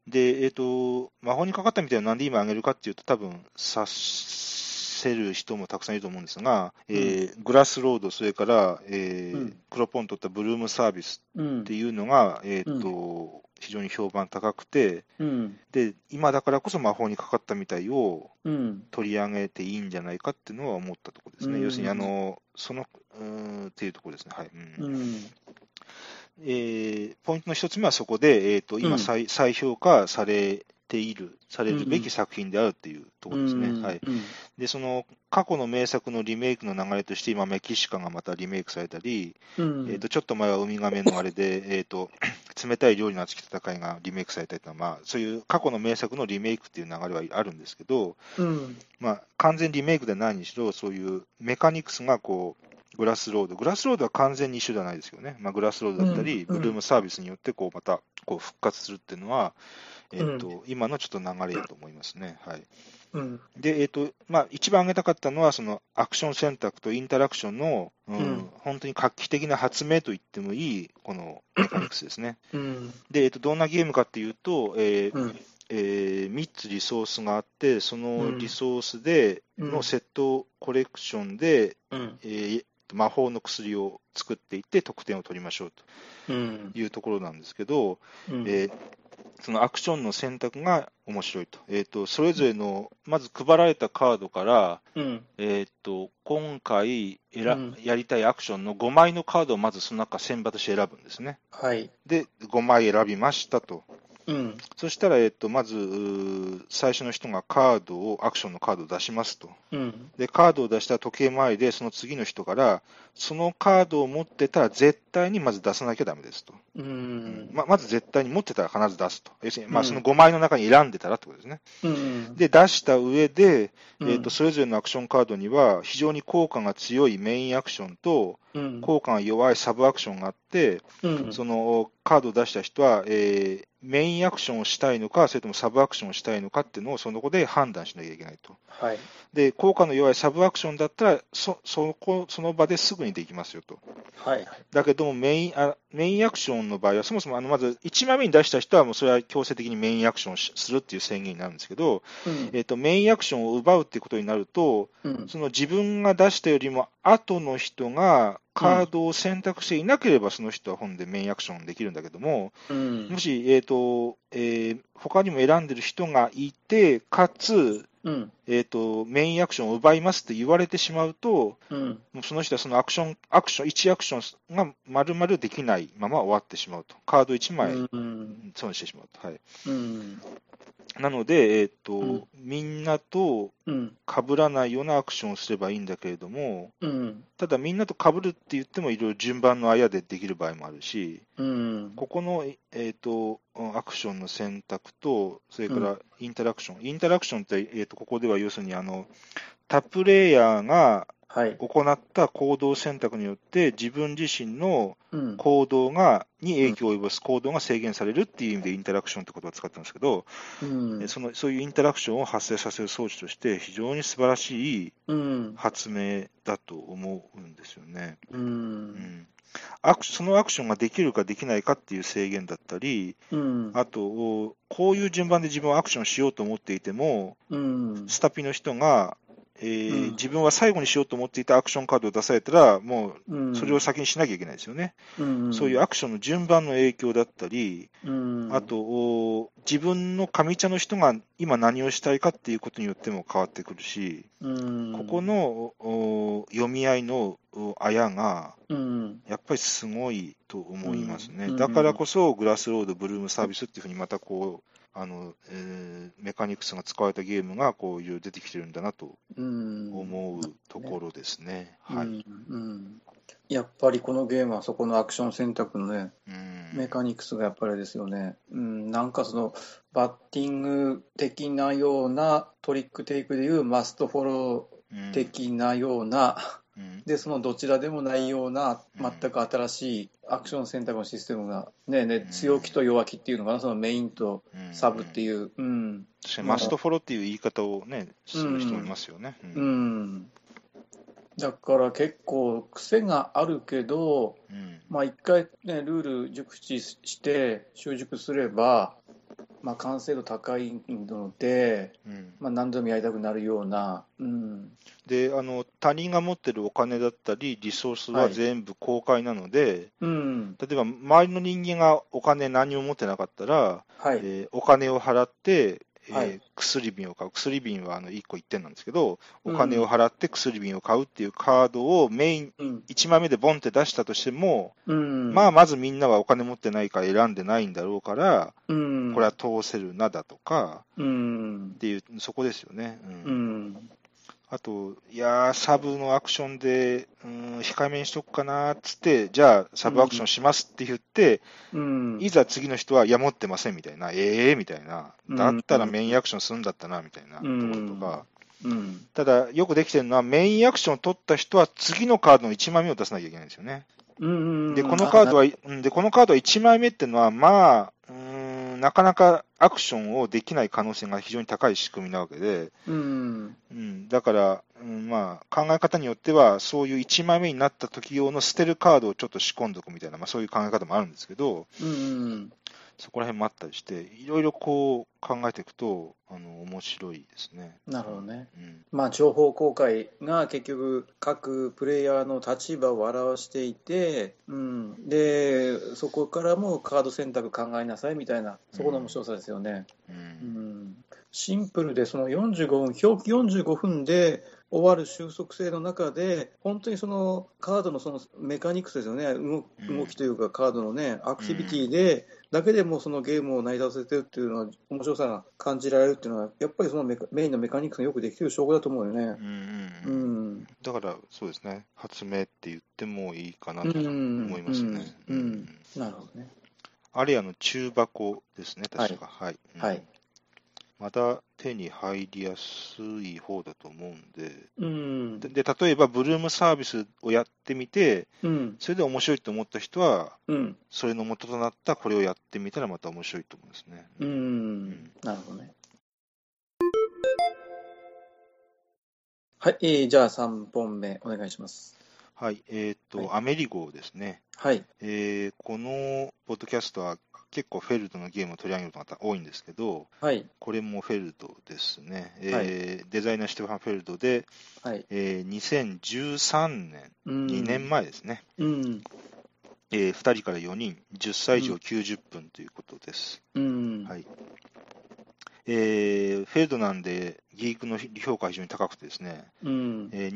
S2: で、えっ、と、魔法にかかったみたいな、なんで今あげるかっていうと、多分察せる人もたくさんいると思うんですが、えーグラスロード、それから、えー
S1: うん
S2: 黒ポン取ったブルームサービス
S1: うん
S2: っていうのが、えっ、と、非常に評判高くて、
S1: うん
S2: で、今だからこそ魔法にかかったみたいを
S1: うん
S2: 取り上げていいんじゃないかっていうのは思ったところですね。
S1: うん
S2: 要するに、あの、その、うーんっていうところですね。はい。うん
S1: うん
S2: えーポイントの一つ目はそこで、えー、と今
S1: うん
S2: 再、再評価されている、されるべ
S1: うんう
S2: き
S1: ん
S2: 作品であるっていうところですね。
S1: うん
S2: はい、
S1: うん
S2: で、その過去の名作のリメイクの流れとして、今、メキシカンがまたリメイクされたり、
S1: うん
S2: えー、とちょっと前はウミガメのあれで、えーと、 冷たい料理の熱き戦いがリメイクされたりとか、まあ、そういう過去の名作のリメイクっていう流れはあるんですけど、
S1: うん
S2: まあ、完全リメイクではないにしろ、そういうメカニクスがこうグラスロード、グラスロードは完全に一緒じゃないですけどね、まあ、グラスロードだったり、
S1: うんうん
S2: ブルームサービスによってこうまたこう復活するっていうのは、えっと
S1: う
S2: 今のちょっと流れだと思いますね。はい、
S1: うん
S2: で、えっとまあ、一番挙げたかったのは、そのアクション選択とインタラクションの、うん
S1: うん
S2: 本当に画期的な発明と言ってもいい、このメカニクスですね。
S1: うん
S2: で、えっとどんなゲームかっていうと、えー
S1: うん
S2: えー3つリソースがあって、そのリソースで
S1: うん
S2: のセットコレクションで、
S1: うん
S2: えー魔法の薬を作っていって得点を取りましょう
S1: うん
S2: というところなんですけど、
S1: うん
S2: えーそのアクションの選択が面白いと。えっ、と、それぞれの、まず配られたカードから、
S1: うん。
S2: えっ、と、今回え
S1: う
S2: ら
S1: ん
S2: やりたいアクションの5枚のカードをまずその中選抜して選ぶんですね。
S1: はい。
S2: で、5枚選びましたと。
S1: うん。
S2: そしたら、えっ、と、まず、うー最初の人がカードを、アクションのカードを出しますと。
S1: うん。
S2: で、カードを出した時計回りで、その次の人から、そのカードを持ってたら絶対にまず出さなきゃダメですと。
S1: うん。
S2: ままず絶対に持ってたら必ず出すと。要するに、ま
S1: う
S2: あ、
S1: ん
S2: その5枚の中に選んでたらってことですね。
S1: うん。
S2: で、出した上で、
S1: う
S2: え
S1: ん
S2: ーと、それぞれのアクションカードには、非常に効果が強いメインアクションと、
S1: うん、
S2: 効果が弱いサブアクションがあって、
S1: うん、
S2: そのカードを出した人は、えーメインアクションをしたいのか、それともサブアクションをしたいのかっていうのを、その子で判断しなきゃいけないと。
S1: はい。
S2: で、効果の弱いサブアクションだったら、そそこその場ですぐにできますよと。
S1: はい。
S2: だけどもメインあ、メインアクションの場合は、そもそもあのまず1枚目に出した人は、もうそれは強制的にメインアクションをしするっていう宣言になるんですけど、
S1: うん
S2: えっとメインアクションを奪うっていうことになると、
S1: うん
S2: その自分が出したよりも後の人がカードを選択していなければ、その人は本でメインアクションできるんだけども、
S1: うん
S2: もし、えっとえー他にも選んでる人がいて、かつ、
S1: うん
S2: えっとメインアクションを奪いますって言われてしまうと、
S1: うん
S2: もうその人はそのアクション、アクション、1アクションが丸々できないまま終わってしまうと。カード1枚
S1: うん
S2: 損してしまうと。はい。
S1: うん
S2: なので、えっと、
S1: うん
S2: みんなと
S1: うん
S2: 被らないようなアクションをすればいいんだけれども、
S1: うん
S2: ただみんなと被るって言ってもいろいろ順番のあやでできる場合もあるし、
S1: うん
S2: ここの、ええっと、うんアクションの選択と、それからインタラクション。インタラクションって、えっと、ここでは要するに、あの、他プレイヤーが
S1: はい。
S2: 行った行動選択によって自分自身の
S1: うん
S2: 行動がに影響を及ぼす行動が制限されるっていう意味でインタラクションって言葉を使ったんですけど、
S1: うん
S2: えそのそういうインタラクションを発生させる装置として非常に素晴らしい
S1: うん
S2: 発明だと思うんですよね。
S1: う
S2: うんん、アクシそのアクションができるかできないかっていう制限だったり、
S1: うん
S2: あと、おこういう順番で自分はアクションしようと思っていても、
S1: うん
S2: スタピの人が、えー
S1: うん
S2: 自分は最後にしようと思っていたアクションカードを出されたら、も
S1: うん
S2: うそれを先にしなきゃいけないですよね。
S1: うん
S2: そういうアクションの順番の影響だったり、
S1: うん
S2: あと、お自分の上茶の人が今何をしたいかっていうことによっても変わってくるし、
S1: うん
S2: ここのお読み合いのおあやが、
S1: うん
S2: やっぱりすごいと思いますね。
S1: うん
S2: だからこそ、グラスロード、ブルームサービスっていうふうに、またこう、あのえーメカニクスが使われたゲームがこういう出てきてるんだなと
S1: うん
S2: 思うところですね。
S1: う
S2: はい
S1: んうんやっぱりこのゲームはそこのアクション選択のね
S2: うん
S1: メカニクスがやっぱりあれですよね、うん、なんかそのバッティング的なようなトリックテイクでいうマストフォロ
S2: うん
S1: ー的なような、
S2: うん
S1: でそのどちらでもないような
S2: うん
S1: 全く新しいアクション選択のシステムが、ねね
S2: うん
S1: 強気と弱気っていうのかなそのメインとサブっていう、うん
S2: 確かにマストフォローっていう言い方をね、する人もいますよね。
S1: う
S2: うん
S1: ん、だから結構癖があるけど、
S2: うん
S1: まあ、一回、ね、ルール熟知して習熟すれば、まあ、完成度高いので、
S2: うん
S1: まあ、何度もやりたくなるような、うん
S2: であの、他人が持ってるお金だったり、リソース
S1: は
S2: はい全部公開なので、
S1: うん
S2: 例えば周りの人間がお金何も持ってなかったら、
S1: はい
S2: えーお金を払って、えー
S1: はい
S2: 薬瓶を買う、薬瓶はあの1個1点なんですけど、
S1: うん
S2: お金を払って薬瓶を買うっていうカードをメイン、
S1: うん
S2: 1枚目でボンって出したとしても、
S1: うん
S2: まあ、まずみんなはお金持ってないから選んでないんだろうから、
S1: うん、
S2: これは通せるなだとか
S1: う
S2: っ
S1: ん、
S2: ていう、そこですよね。うん
S1: うん、
S2: あと、いやー、サブのアクションで、うーん、控えめにしとくかなーっつって、じゃあ、サブアクションしますって言って、
S1: うん、
S2: いざ次の人は、いや、持ってませんみたいな、ええー、みたいな、
S1: うん
S2: だったらメインアクションするんだったな、みたいなと
S1: う
S2: こ
S1: ん
S2: ろとか、
S1: うん、
S2: ただ、よくできてるのは、メインアクションを取った人は、次のカードの1枚目を出さなきゃいけないんですよね。
S1: うん、
S2: で、このカード
S1: は、
S2: は、うんで、このカードは1枚目っていうのは、まあ、うーん、なかなかアクションをできない可能性が非常に高い仕組みなわけで、
S1: うん、
S2: うん、だから、うんまあ、考え方によっては、そういう1枚目になった時用の捨てるカードをちょっと仕込んどくみたいな、まあ、そういう考え方もあるんですけど、
S1: うん、
S2: そこら辺もあったりして、いろいろこう考えていくと、あの面白いですね。
S1: なるほどね。
S2: うん、
S1: まあ、情報公開が結局、各プレイヤーの立場を表していて、うん、でそこからもカード選択考えなさいみたいな、そこの面白さですよね。
S2: う
S1: うんん、シンプルで、その45分、表記45分で終わる収束性の中で、本当にそのカードのそのメカニクスですよね、動
S2: うん
S1: 動きというか、カードのね、アクティビティで、だけでもうそのゲームを成り立たせてるっていうのは、面白さが感じられるっていうのは、やっぱりそのメカメインのメカニクスがよくできてる証拠だと思うよね
S2: う。ん
S1: う
S2: うん
S1: ん、
S2: だからそうですね、発明って言ってもいいかな
S1: う
S2: と
S1: ん
S2: 思いますね。
S1: うん
S2: う
S1: うん
S2: ん
S1: なるほどね。
S2: アリアの中箱ですね、確か。はい。うん
S1: はい
S2: また手に入りやすい方だと思うんで
S1: うん
S2: で、で例えば、ブルームサービスをやってみて、
S1: うん、
S2: それで面白いと思った人は、
S1: うん、
S2: それの元となったこれをやってみたらまた面白いと思うんですね。
S1: うん、なるほどね。はい、えーじゃあ3本目お願いします。
S2: はい、えっ、と、
S1: は
S2: アメリ号ですね。
S1: はい。
S2: えーこのポッドキャストは結構フェルトのゲームを取り上げる方多いんですけど、
S1: はい。
S2: これもフェルトですね。えーデザイナーシュテファン・フェルトで、
S1: はい。
S2: えー2013年、
S1: うん
S2: 2年前ですね。
S1: うん。
S2: え2人から4人、10歳以上
S1: うん
S2: 90分ということです。
S1: うん。
S2: はい。えーフェルトなんで、ギークの評価は非常に高くてですね、
S1: うん。
S2: えー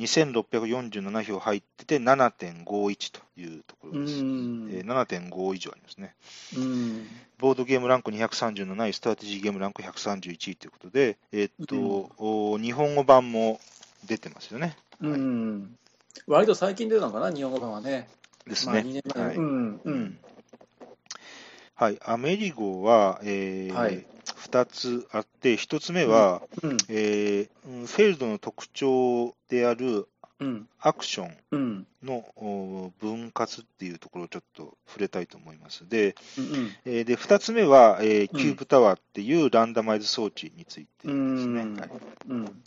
S2: 2647票入ってて7.51というとこ
S1: う
S2: ろです。
S1: ん。
S2: えー7.5以上ありますね。
S1: うん。
S2: ボードゲームランク237位、ストラテジーゲームランク131位ということで、えーっと、
S1: うん
S2: お日本語版も出てますよね。
S1: うん。割と最近出たのかな、日本語版はね。
S2: です
S1: まあ
S2: ね。
S1: 2年前。
S2: はい
S1: うん。うん。
S2: はい、アメリゴは、えー
S1: はい
S2: 2つあって、1つ目は、
S1: うん。
S2: えーうんフェールドの特徴である
S1: うん。
S2: アクション
S1: うん。
S2: のお分割っていうところをちょっと触れたいと思います。で、
S1: うん。
S2: えーで2つ目は、えー
S1: うん
S2: キューブタワーっていうランダマイズ装置についてですね。
S1: うん
S2: はい
S1: うん。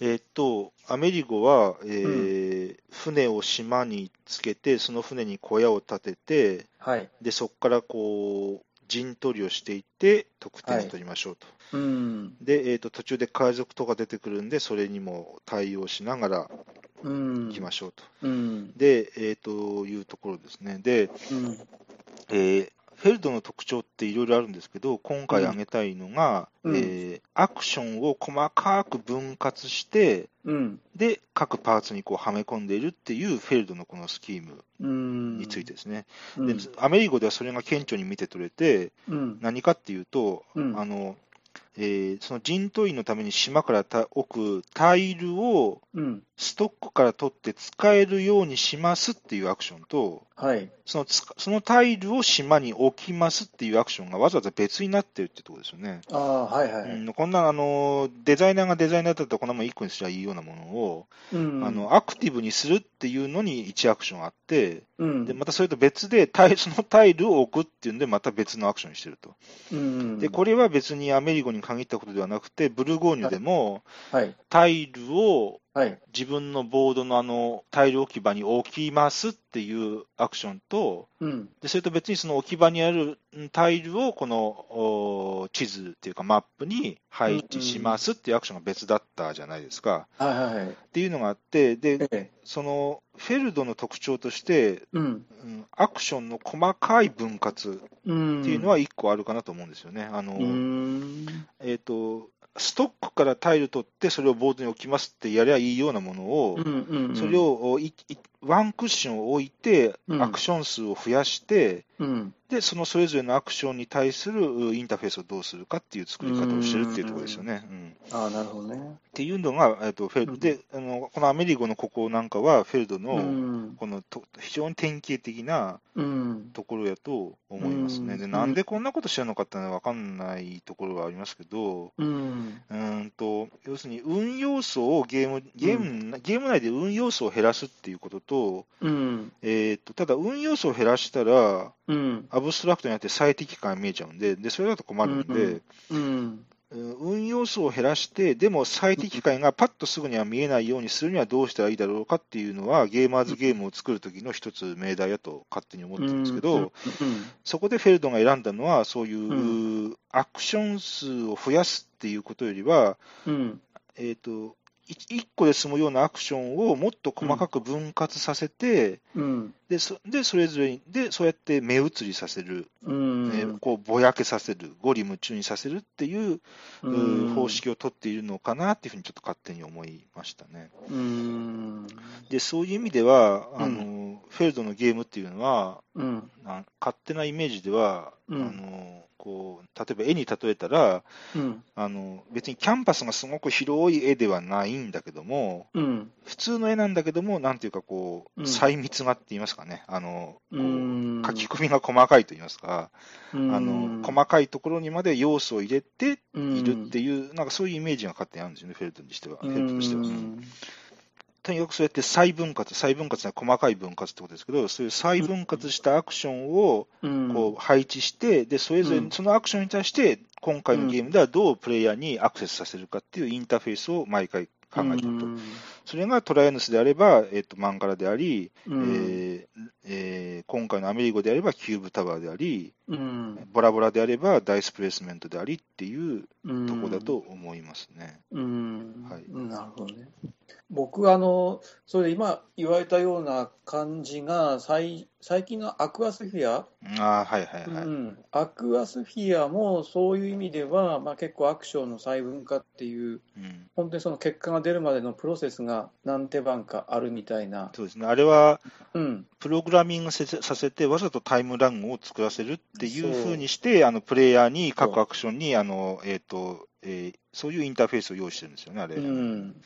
S2: えーっと、アメリゴは、えー船を島につけて、その船に小屋を建てて、
S1: はい。
S2: でそこからこう陣取りをしていって、得点を取りましょうと。
S1: うん。
S2: で、えーと、途中で海賊とか出てくるんで、それにも対応しながら
S1: うん。
S2: 行きましょうと。
S1: うん。
S2: で、えーというところですね。で、
S1: うん。
S2: えーフェルドの特徴っていろいろあるんですけど、今回挙げたいのが、
S1: うん
S2: えーアクションを細かく分割して、
S1: うん。
S2: で、各パーツにこうはめ込んでいるっていうフェルドのこのスキーム
S1: うん。
S2: について。ですね。
S1: うん
S2: で。アメリゴではそれが顕著に見て取れて、
S1: うん。
S2: 何かっていうと、
S1: うん
S2: あの、えーその陣取りのために島からた置くタイルを
S1: うん。
S2: ストックから取って使えるようにしますっていうアクションと、
S1: はい。
S2: そのつそのタイルを島に置きますっていうアクションがわざわざ別になってるってところですよね。
S1: ああ、はいは
S2: う
S1: い。
S2: ん、こんなあのデザイナーがデザイナーだったらこんなもん1個にすりゃいいようなものを、
S1: うん。
S2: あ、のアクティブにするっていうのに1アクションあって、
S1: うん。
S2: でまたそれと別でタイそのタイルを置くっていうんでまた別のアクションにしてると。
S1: うん。
S2: で、これは別にアメリゴに限ったことではなくて、ブルゴーニュでも、
S1: はい。
S2: タイルを
S1: はい。
S2: 自分のボードのあのタイル置き場に置きますっていうアクションと、
S1: うん。
S2: でそれと別にその置き場にあるうんタイルをこのお地図っていうかマップに配置しますっていうアクションが別だったじゃないですか。
S1: はいはいはい。
S2: っていうのがあって、で、
S1: ええ。
S2: そのフェルドの特徴として、
S1: うん。
S2: うんアクションの細かい分割
S1: うん。
S2: っていうのは1個あるかなと思うんですよね。あの
S1: うーん。
S2: えー、とストックからタイル取って、それをボードに置きますってやりゃいいようなものを、
S1: うんうんうん
S2: それ、をいいワンクッションを置いて、
S1: うん
S2: アクション数を増やして、
S1: うん、
S2: でそのそれぞれのアクションに対するうインターフェースをどうするかっていう作り方をしてるっていうところですよね。うん
S1: ああ、なるほどね。
S2: っていうのが、えー、とフェ
S1: う
S2: ル
S1: ん
S2: であのこのアメリゴのここなんかは、フェルド
S1: う
S2: の
S1: ん。
S2: このと非常に典型的な
S1: うん。
S2: ところやと思いますね。
S1: うん
S2: でなんでこんなことしてるのかっていうのは分かんないところはありますけど、
S1: うん。
S2: うーんと要するに運要素をゲームゲーム、ゲーム内で運要素を減らすっていうことと,、
S1: うん。
S2: えーと、ただ運要素を減らしたら、
S1: うん。
S2: アブストラクトになって最適感が見えちゃうんで、でそれだと困るんで、
S1: うん。
S2: うん運用数を減らして、でも最適解がパッとすぐには見えないようにするにはどうしたらいいだろうかっていうのは、ゲーマーズゲームを作る時の一つ命題だと勝手に思ってるんですけど、
S1: うんうん
S2: そこでフェルドンが選んだのは、そういう、
S1: う
S2: アクション数を増やすっていうことよりは、
S1: うん
S2: えー、と1個で済むようなアクションをもっと細かく分割させて、
S1: うん
S2: でそでそれぞれにで、そうやって目移りさせる、
S1: うん
S2: えーこうぼやけさせる、五里夢中にさせるっていう、うー方式を取っているのかなっていうふうにちょっと勝手に思いましたね。
S1: うん
S2: でそういう意味では、
S1: うん
S2: あのフェルドのゲームっていうのは、
S1: うん
S2: なん勝手なイメージでは、
S1: うん
S2: あのこう例えば絵に例えたら
S1: うん
S2: あの別にキャンパスがすごく広い絵ではないんだけども
S1: うん
S2: 普通の絵なんだけどもなんていうかこう
S1: うん
S2: 細密がって言いますかねあのこ
S1: う
S2: う
S1: ん
S2: 書き込みが細かいと言いますか、
S1: うん
S2: あの細かいところにまで要素を入れているって
S1: い
S2: いう、なんかそういうイメージが勝手にあるんですよねフェルトにしては。フ
S1: うん
S2: ェルトとしてはうんとにかくそうやって細分割細分割は細かい分割ってことですけどそういう細分割したアクションを、
S1: うん
S2: こう配置して、でそれぞれ
S1: うん
S2: そのアクションに対して、今回のゲームではどうプレイヤーにアクセスさせるかっていうインターフェースを毎回考えていると、それがトライアヌスであれば、えっとマンガラであり、
S1: うん
S2: えーえー今回のアメリゴであればキューブタワーであり、
S1: うん
S2: ボラボラであればダイスプレイスメントでありっていう
S1: うん
S2: とこだと思いますね。
S1: うん
S2: はい
S1: なるほどね。僕はあのそれで今言われたような感じが最最近のアクアスフィア、
S2: ああ、はいはいはい。
S1: うん、アクアスフィアもそういう意味では、まあ、結構アクションの細分化っていう
S2: うん
S1: 本当にその結果が出るまでのプロセスが何手番かあるみたいな、
S2: そうですねあれは
S1: うん、
S2: プログラミングせさせて、わざとタイムラグを作らせるっていう
S1: そう
S2: ふうにして、あのプレイヤーに各アクションにあの、えーとえーそういうインターフェースを用意してるんですよね、あれ。
S1: うん、
S2: だか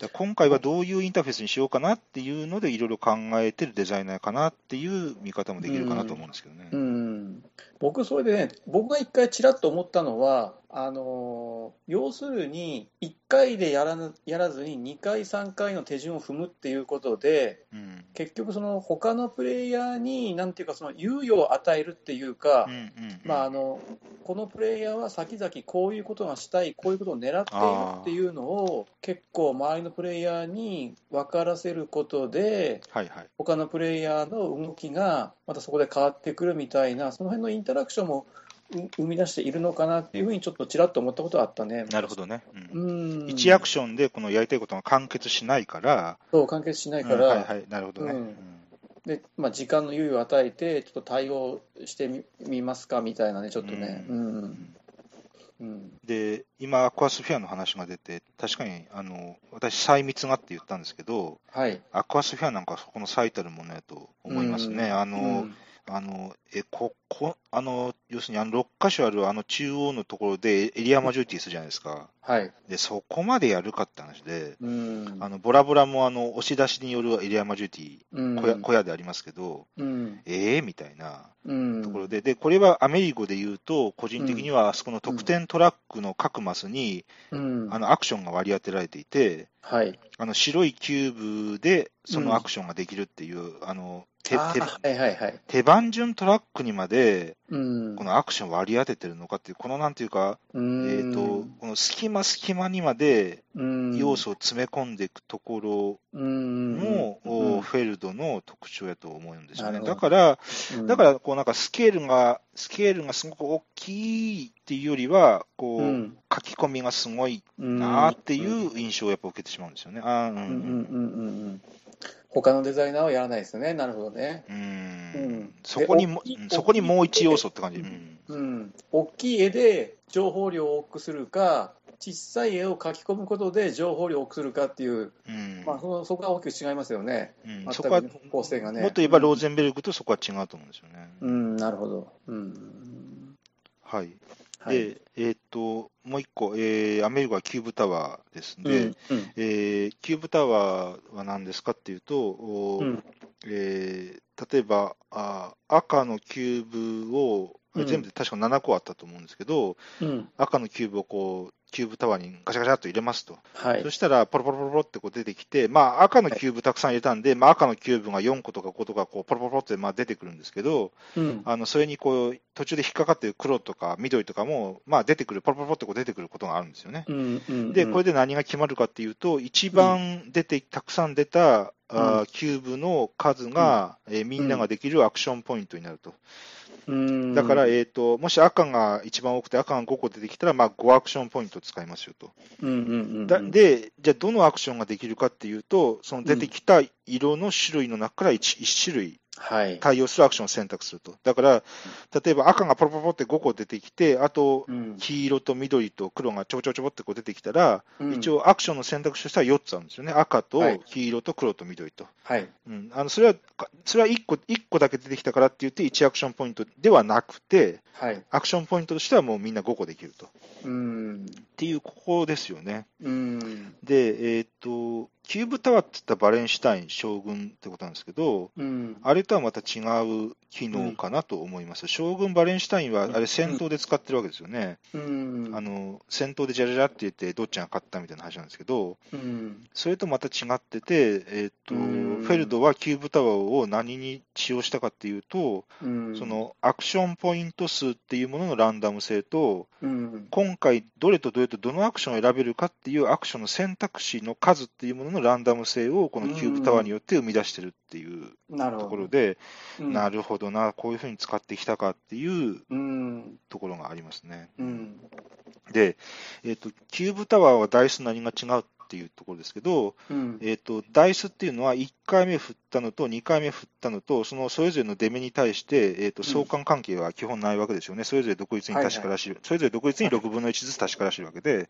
S2: ら今回はどういうインターフェースにしようかなっていうので、いろいろ考えてるデザイナーかなっていう見方もできるかなと思うんですけどね。
S1: うん、僕、それでね、僕が一回ちらっと思ったのは、あのー要するに、1回でやらぬやらずに、2回、3回の手順を踏むっていうことで、
S2: うん
S1: 結局、その他のプレイヤーに、なんていうか、その猶予を与えるっていうか、
S2: うんうん
S1: まあ、あのこのプレイヤーは先々こういうことがしたいこういうことを狙っているっていうのを結構周りのプレイヤーに分からせることで
S2: はいはい。
S1: 他のプレイヤーの動きがまたそこで変わってくるみたいなその辺のインタラクションもう生み出しているのかなっていうふうにちょっとちらっと思ったことはあったね。
S2: なるほどね。う
S1: うんん
S2: 1アクションでこのやりたいことが完結しないから、
S1: そう完結しないか
S2: うんはいは
S1: ら
S2: い、なるほどね。
S1: うん
S2: うん
S1: でまあ時間の猶予を与えてちょっと対応してみみますかみたいなねちょっとね。
S2: う
S1: うん
S2: うん
S1: うん
S2: で、今、アクアスフィアの話が出て、確かにあの私、細密がって言ったんですけど、
S1: はい
S2: アクアスフィアなんかはそこの最たるものやと思いますね。
S1: うん
S2: あの、
S1: うん
S2: あの、え、こ、こ、あの、要するにあの6箇所あるあの中央のところでエリアマジョリティするじゃないですか。
S1: はい
S2: で、そこまでやるかって話で、
S1: うん
S2: あの、ボラボラもあの、押し出しによるエリアマジョリ
S1: うん
S2: ティ、小屋小屋でありますけど、
S1: うん
S2: ええみたいな
S1: うん、
S2: ところで、で、これはアメリゴで言うと、個人的にはあそこの得点トラックの各マスに、
S1: うん、
S2: あの、アクションが割り当てられていて、
S1: はい、
S2: あの白いキューブでそのアクションができるっていう、あの手
S1: あ
S2: 手
S1: ーはいはいはい、
S2: 手番順トラックにまで
S1: うん、
S2: このアクションを割り当ててるのかっていう、このなんていうか、えー、とこの隙間隙間にまで
S1: うん、
S2: 要素を詰め込んでいくところも、
S1: うん
S2: おフェルドの特徴やと思うんですよ
S1: なる
S2: ね。
S1: ほど
S2: だから、
S1: うん、
S2: だからこうなんかスケールが、スケールがすごく大きいっていうよりは、こう、
S1: うん
S2: 書き込みがすごい
S1: な
S2: なーっていう印象をやっぱ受けてしまうんですよね。あーうん
S1: う
S2: うんん
S1: うんうんうんうん、他のデザイナーはやらないですよね、なるほどね。
S2: うーん
S1: うん
S2: そこにも
S1: で大きい
S2: うんそこにもう一要素って感
S1: 大
S2: じ。
S1: きいう
S2: うん
S1: ん、大きい絵で情報量を多くするか、小さい絵を書き込むことで情報量を多くするかっていう、
S2: うん
S1: まあ、そのそこは大きく違いますよね、
S2: うん
S1: 全
S2: そ
S1: く
S2: こは、
S1: 構成がね。
S2: もっと言えばローゼンベルグとそこは違うと思うんですよね。
S1: うん、なるほど。うん
S2: はい。で、
S1: はい
S2: えーっと、もう一個、えーアメリカはキューブタワーですで、
S1: うんうん
S2: えーキューブタワーは何ですかっていうと、お
S1: う
S2: ー
S1: ん
S2: えー例えばあー赤のキューブを、あ
S1: うん
S2: 全部で確か7個あったと思うんですけど、
S1: うん
S2: 赤のキューブをこうキューブタワーにガシャガシャっと入れますと。
S1: はい
S2: そ。したら、ポロポロポロポロってこう出てきて、まあ、赤のキューブたくさん入れたんで、まあ、赤のキューブが4個とか5とか、こう、ポロポロポロってまあ出てくるんですけど、
S1: うん。
S2: あの、それにこう、途中で引っかかってる黒とか緑とかも、まあ、出てくる、ポロポロポロってこう出てくることがあるんですよね。
S1: うん。うん
S2: で、これで何が決まるかっていうと、一番出て、たくさん出た、あーキューブの数が、えーみんなができるアクションポイントになると。
S1: うん
S2: だから、えっ、と、もし赤が一番多くて赤が5個出てきたら、まあ、5アクションポイント使いますよと。
S1: うんうんうん。
S2: だ、で、じゃあ、どのアクションができるかっていうと、その出てきた色の種類の中から 1, 一種類
S1: はい。
S2: 対応するアクションを選択すると。だから、例えば赤がポロポロポロって5個出てきて、あと、
S1: うん
S2: 黄色と緑と黒がちょぼちょぼちょぼってこう出てきたら、
S1: うん
S2: 一応アクションの選択肢としては4つあるんですよね。赤と
S1: はい
S2: 黄色と黒と緑と。
S1: はい。
S2: うん、あのそれは、かそれは1個 ,1 個だけ出てきたからって言って1アクションポイントではなくて、
S1: はい。
S2: アクションポイントとしてはもうみんな5個できると。っ
S1: うん。
S2: ていう、ここですよね。
S1: うん。
S2: で、えっ、と、キューブタワーって言ったらバレンシュタイン将軍ってことなんですけど、
S1: うん。
S2: あれとはまた違う機能かなと思います。将軍バレンシュタインは、あれ戦闘で使ってるわけですよね。
S1: うん。
S2: あの、戦闘でジャジャジャって言って、どっちが勝ったみたいな話なんですけど、
S1: うん。
S2: それとまた違ってて、えっ、と、
S1: うん
S2: フェルドはキューブタワーを何に使用したかっていうと、
S1: うん。
S2: そ、のアクションポイント数っていうもののランダム性と、
S1: うん。
S2: 今回どれとどれとどのアクションを選べるかっていうアクションの選択肢の数っていうもののランダム性をこのキューブタワーによって生み出してるっていう
S1: なるほ
S2: と
S1: ど。
S2: ころで、
S1: うん
S2: なるほどな、こういうふうに使ってきたかっていう
S1: うん。
S2: ところがありますね。
S1: うん。
S2: で、えっと、キューブタワーはダイス何が違うっていうところですけど、
S1: うん。
S2: えっと、ダイスっていうのは1回目振ったのと2回目振ったのと、そのそれぞれの出目に対して、えっと、相関関係は基本ないわけですよね。それぞれ独立に確からしい、それぞれ独立に6分の1ずつ確からしいわけで、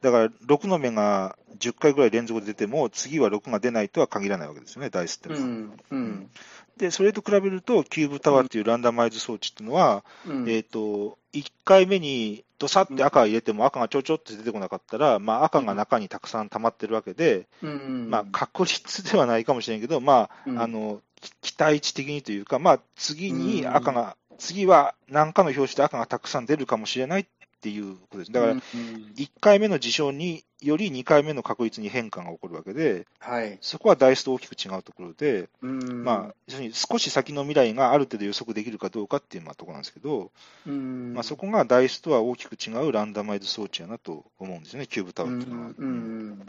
S2: だから6の目が10回ぐらい連続で出ても、次は6が出ないとは限らないわけですよね、ダイスって
S1: う
S2: のは。
S1: ん。うん。
S2: で、それと比べると、キューブタワーっていうランダマイズ装置っていうのは、
S1: うん。
S2: えっ、と、1回目にドサって赤を入れても、赤がちょちょって出てこなかったら、まあ、赤が中にたくさん溜まってるわけで、
S1: うん。
S2: まあ、確率ではないかもしれんけど、まあ、
S1: うん
S2: あの、き期待値的にというか、まあ、次に赤
S1: う
S2: が、次は何かの表紙で赤がたくさん出るかもしれないっていうことです。だから
S1: うん、
S2: 1回目の事象により2回目の確率に変化が起こるわけで、
S1: はい。
S2: そこはダイスと大きく違うところで、
S1: うん。
S2: まあ、要するに少し先の未来がある程度予測できるかどうかっていうまあところなんですけど、
S1: うん。
S2: まあ、そこがダイスとは大きく違うランダマイズ装置やなと思うんですよね、キューブタ
S1: う
S2: ワー
S1: ん。
S2: っていうのは。
S1: うん。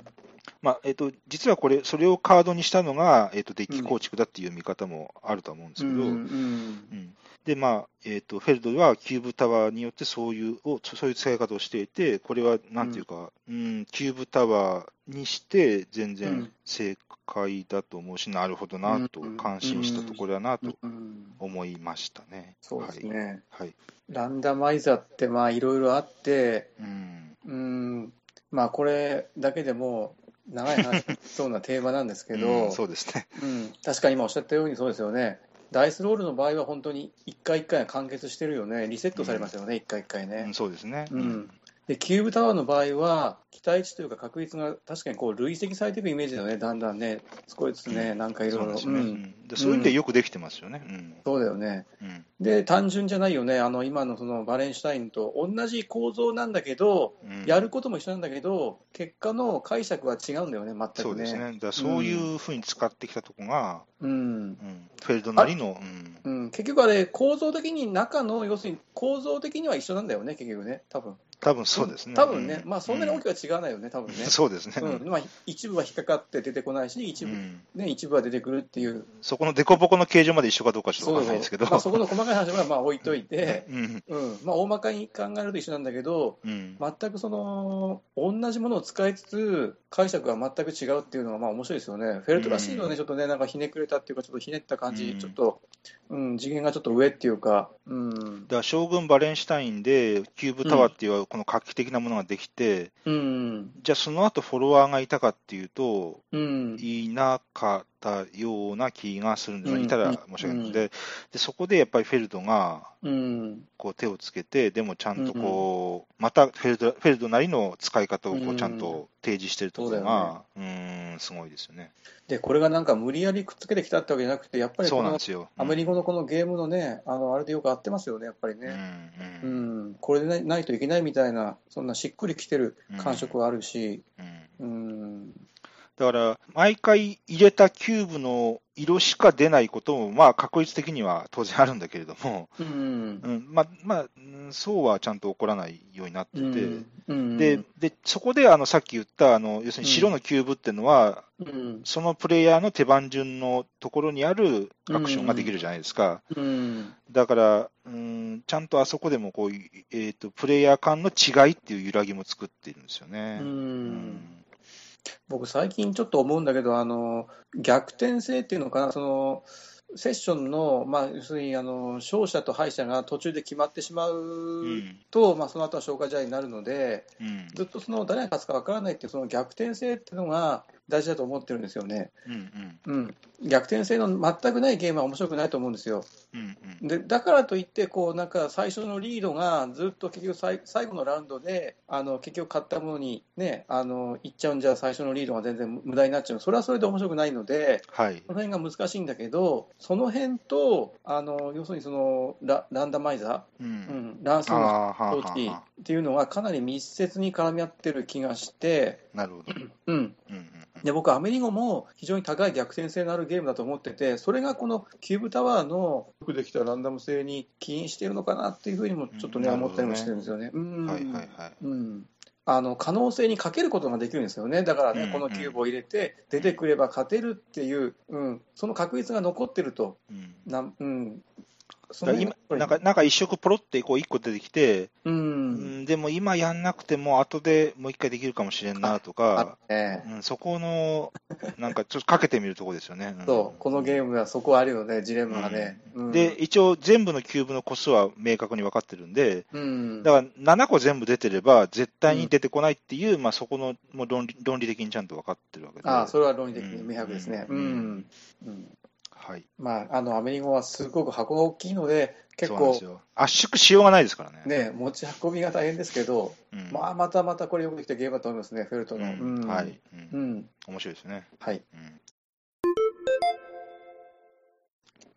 S2: まあえっと実はこれ、それをカードにしたのが、えっとデッキ構築だっていう見方もあるとは思うんです
S1: う
S2: けど、うん
S1: ん。
S2: でまあえっとフェルドはキューブタワーによってそういうをそういう使い方をしていて、これはなんていうか、うん、キューブタワーにして全
S1: う
S2: 然
S1: ん
S2: 正解だと思うし、なるほどなと
S1: うん、
S2: 感心したところだなと
S1: うん。
S2: 思いましたね。
S1: そうですね。
S2: はいはい
S1: ランダマイザーってまあいろいろあって、
S2: うん
S1: うーん、まあこれだけでも長い 話そうなテーマなんですけ
S2: う
S1: ど
S2: ん、そうですね。
S1: うん、確かに今おっしゃったようにそうですよね。ダイスロールの場合は本当に一回一回が完結してるよね。リセットされますよね、一、回一回
S2: う
S1: ね
S2: ん、。そうですね。
S1: うん。で、キューブタワーの場合は、期待値というか確率が確かにこう累積されていくイメージだよね、だんだんね。少しずつね、なんかい
S2: そ
S1: ろ
S2: う
S1: いろ。う。
S2: なんですよね。うんんでそういう意味でよくできてますよね。うん
S1: そうだよね。
S2: うん
S1: で、単純じゃないよね。あの、今のそのバレンシュタインと同じ構造なんだけど、
S2: うん
S1: やることも一緒なんだけど、結果の解釈は違うんだよね、全くね。
S2: そうですね、だからそういうふうに使ってきたとこが、
S1: うん。
S2: うんフェルドなりの、うん
S1: うん、結局あれ、構造的に中の、要するに構造的には一緒なんだよね、結局ね、多分
S2: 多分そうですね。
S1: 多分ね、
S2: う
S1: まあそんなに大
S2: く。
S1: きくは違わないよね、多分ね
S2: そうですね、う
S1: うんん、まあ一部は引っかかって出てこないし、一部、
S2: うん
S1: ね、一部は出てくるっていう、
S2: そこの凸凹の形状まで一緒かどうかちょっとわかんないですけど、、
S1: まあ、そこの細かい話はまあ置いといて
S2: うん
S1: うん、まあ大まかに考えると一緒なんだけど、
S2: うん
S1: 全くその同じものを使いつつ解釈が全く違うっていうのがまあ面白いですよね。フェルトらしいのはね、
S2: うん
S1: ちょっとねなんかひねくれたっていうかちょっとひねった感じ、
S2: うん
S1: ちょっと、うん、次元がちょっと上っていうか、うん
S2: だ、から将軍バレンシュタインでキューブタワーっていうこの画期的なものができて、
S1: うん、
S2: じゃあその後フォロワーがいたかっていうと、
S1: うん、
S2: いなかっったような気がするんですが、
S1: うん
S2: いたら申し訳ないので,、で、そこでやっぱりフェルドが
S1: うん、
S2: こう手をつけて、でもちゃんとこう、またフェルドフェルドなりの使い方をこ
S1: う
S2: うんちゃんと提示してるところが、うーん、すごいですよね。
S1: でこれがなんか無理やりくっつけてきたってわけじゃなくて、やっぱり
S2: そ
S1: こ
S2: うなん
S1: の
S2: ですよ。
S1: アメリカのこのゲームのね、あのあれでよく合ってますよね、やっぱり
S2: うんう
S1: ね。うんんこれでないないといけないみたいな、そんなしっくりきてる感触はあるし、
S2: う
S1: う
S2: ん
S1: ん、
S2: だから、毎回入れたキューブの色しか出ないことも、まあ、確率的には当然あるんだけれども、
S1: うん
S2: う、んまあまあ、うんそうはちゃんと起こらないようになってて、
S1: うん、
S2: ででそこであのさっき言ったあの、要するに白のキューブっていうのは、
S1: うん、
S2: そのプレイヤーの手番順のところにあるアクションができるじゃないですか。
S1: うん、
S2: だから、うん、ちゃんとあそこでもこういう、えーと、プレイヤー間の違いっていう揺らぎも作っているんですよ
S1: う
S2: ね。
S1: ん、僕、最近ちょっと思うんだけど、あの逆転性っていうのかな、そのセッションの、まあ、要するにあの勝者と敗者が途中で決まってしま
S2: う
S1: うんと、まあ、その後は消化試合になるので、
S2: うん
S1: ずっとその誰が勝つかわからないっていう、その逆転性っていうのが大事だと思ってるんですよね。
S2: うん
S1: う
S2: うん
S1: ん、逆転性の全くないゲームは面白くないと思うんですよ。
S2: うんうん
S1: でだからといってこうなんか最初のリードがずっと結局さい最後のラウンドであの結局買ったものに、ね、あのいっちゃうんじゃ最初のリードが全然無駄になっちゃうそれはそれで面白くないので
S2: はい。
S1: その辺が難しいんだけどその辺とあの要するにそのラランダマイザ
S2: う。
S1: ー、うんん、乱数
S2: あー
S1: の
S2: はあ
S1: 装
S2: はあ
S1: 置
S2: はあ
S1: っていうのはかなり密接に絡み合ってる気がして、
S2: なるほど。うん
S1: うん、
S2: うんうん
S1: で僕、アメリカも非常に高い逆転性のあるゲームだと思ってて、それがこのキューブタワーのよくできたランダム性に起因しているのかなっていうふうにもちょっとね、
S2: うん
S1: 思ったりもしてるんですよね。うん
S2: はいはいはい。
S1: うんあの可能性にかけることができるんですよね、だからね、
S2: うん
S1: このキューブを入れて、出てくれば勝てるっていう、うん、その確率が残ってると、
S2: うん
S1: なうん、そ
S2: だか
S1: 辺
S2: ら今なんか、なんか一色ポロってこう一個出てきて、
S1: う、
S2: うんん、でも今やんなくても、後でもう一回できるかもしれんなと
S1: あ
S2: か、
S1: ね
S2: うん、そこの、なんかちょっとかけてみるとこですよね。
S1: そう、このゲームはそこあるよね、ジレンマがね。う
S2: ム
S1: ん
S2: で、、一応全部のキューブの個数は明確に分かってるんで、
S1: うん、
S2: だから7個全部出てれば、絶対に出てこないっていう、まあそこのもう論理論理的にちゃんと分かってるわけで。
S1: ああそれは論理的に明白ですね。
S2: う
S1: うんん
S2: はい。
S1: まあ、あのアメリカはすごく箱が大きいので、結
S2: そうなん
S1: 構
S2: です、よ圧縮しようがないですからね。
S1: ね、持ち運びが大変ですけど、
S2: うん
S1: まあ、またまたこれよくできたゲームだと思いますね、フェルトの。
S2: うん
S1: うん
S2: はい、うん
S1: うん
S2: 面白いですね。
S1: はい
S2: うん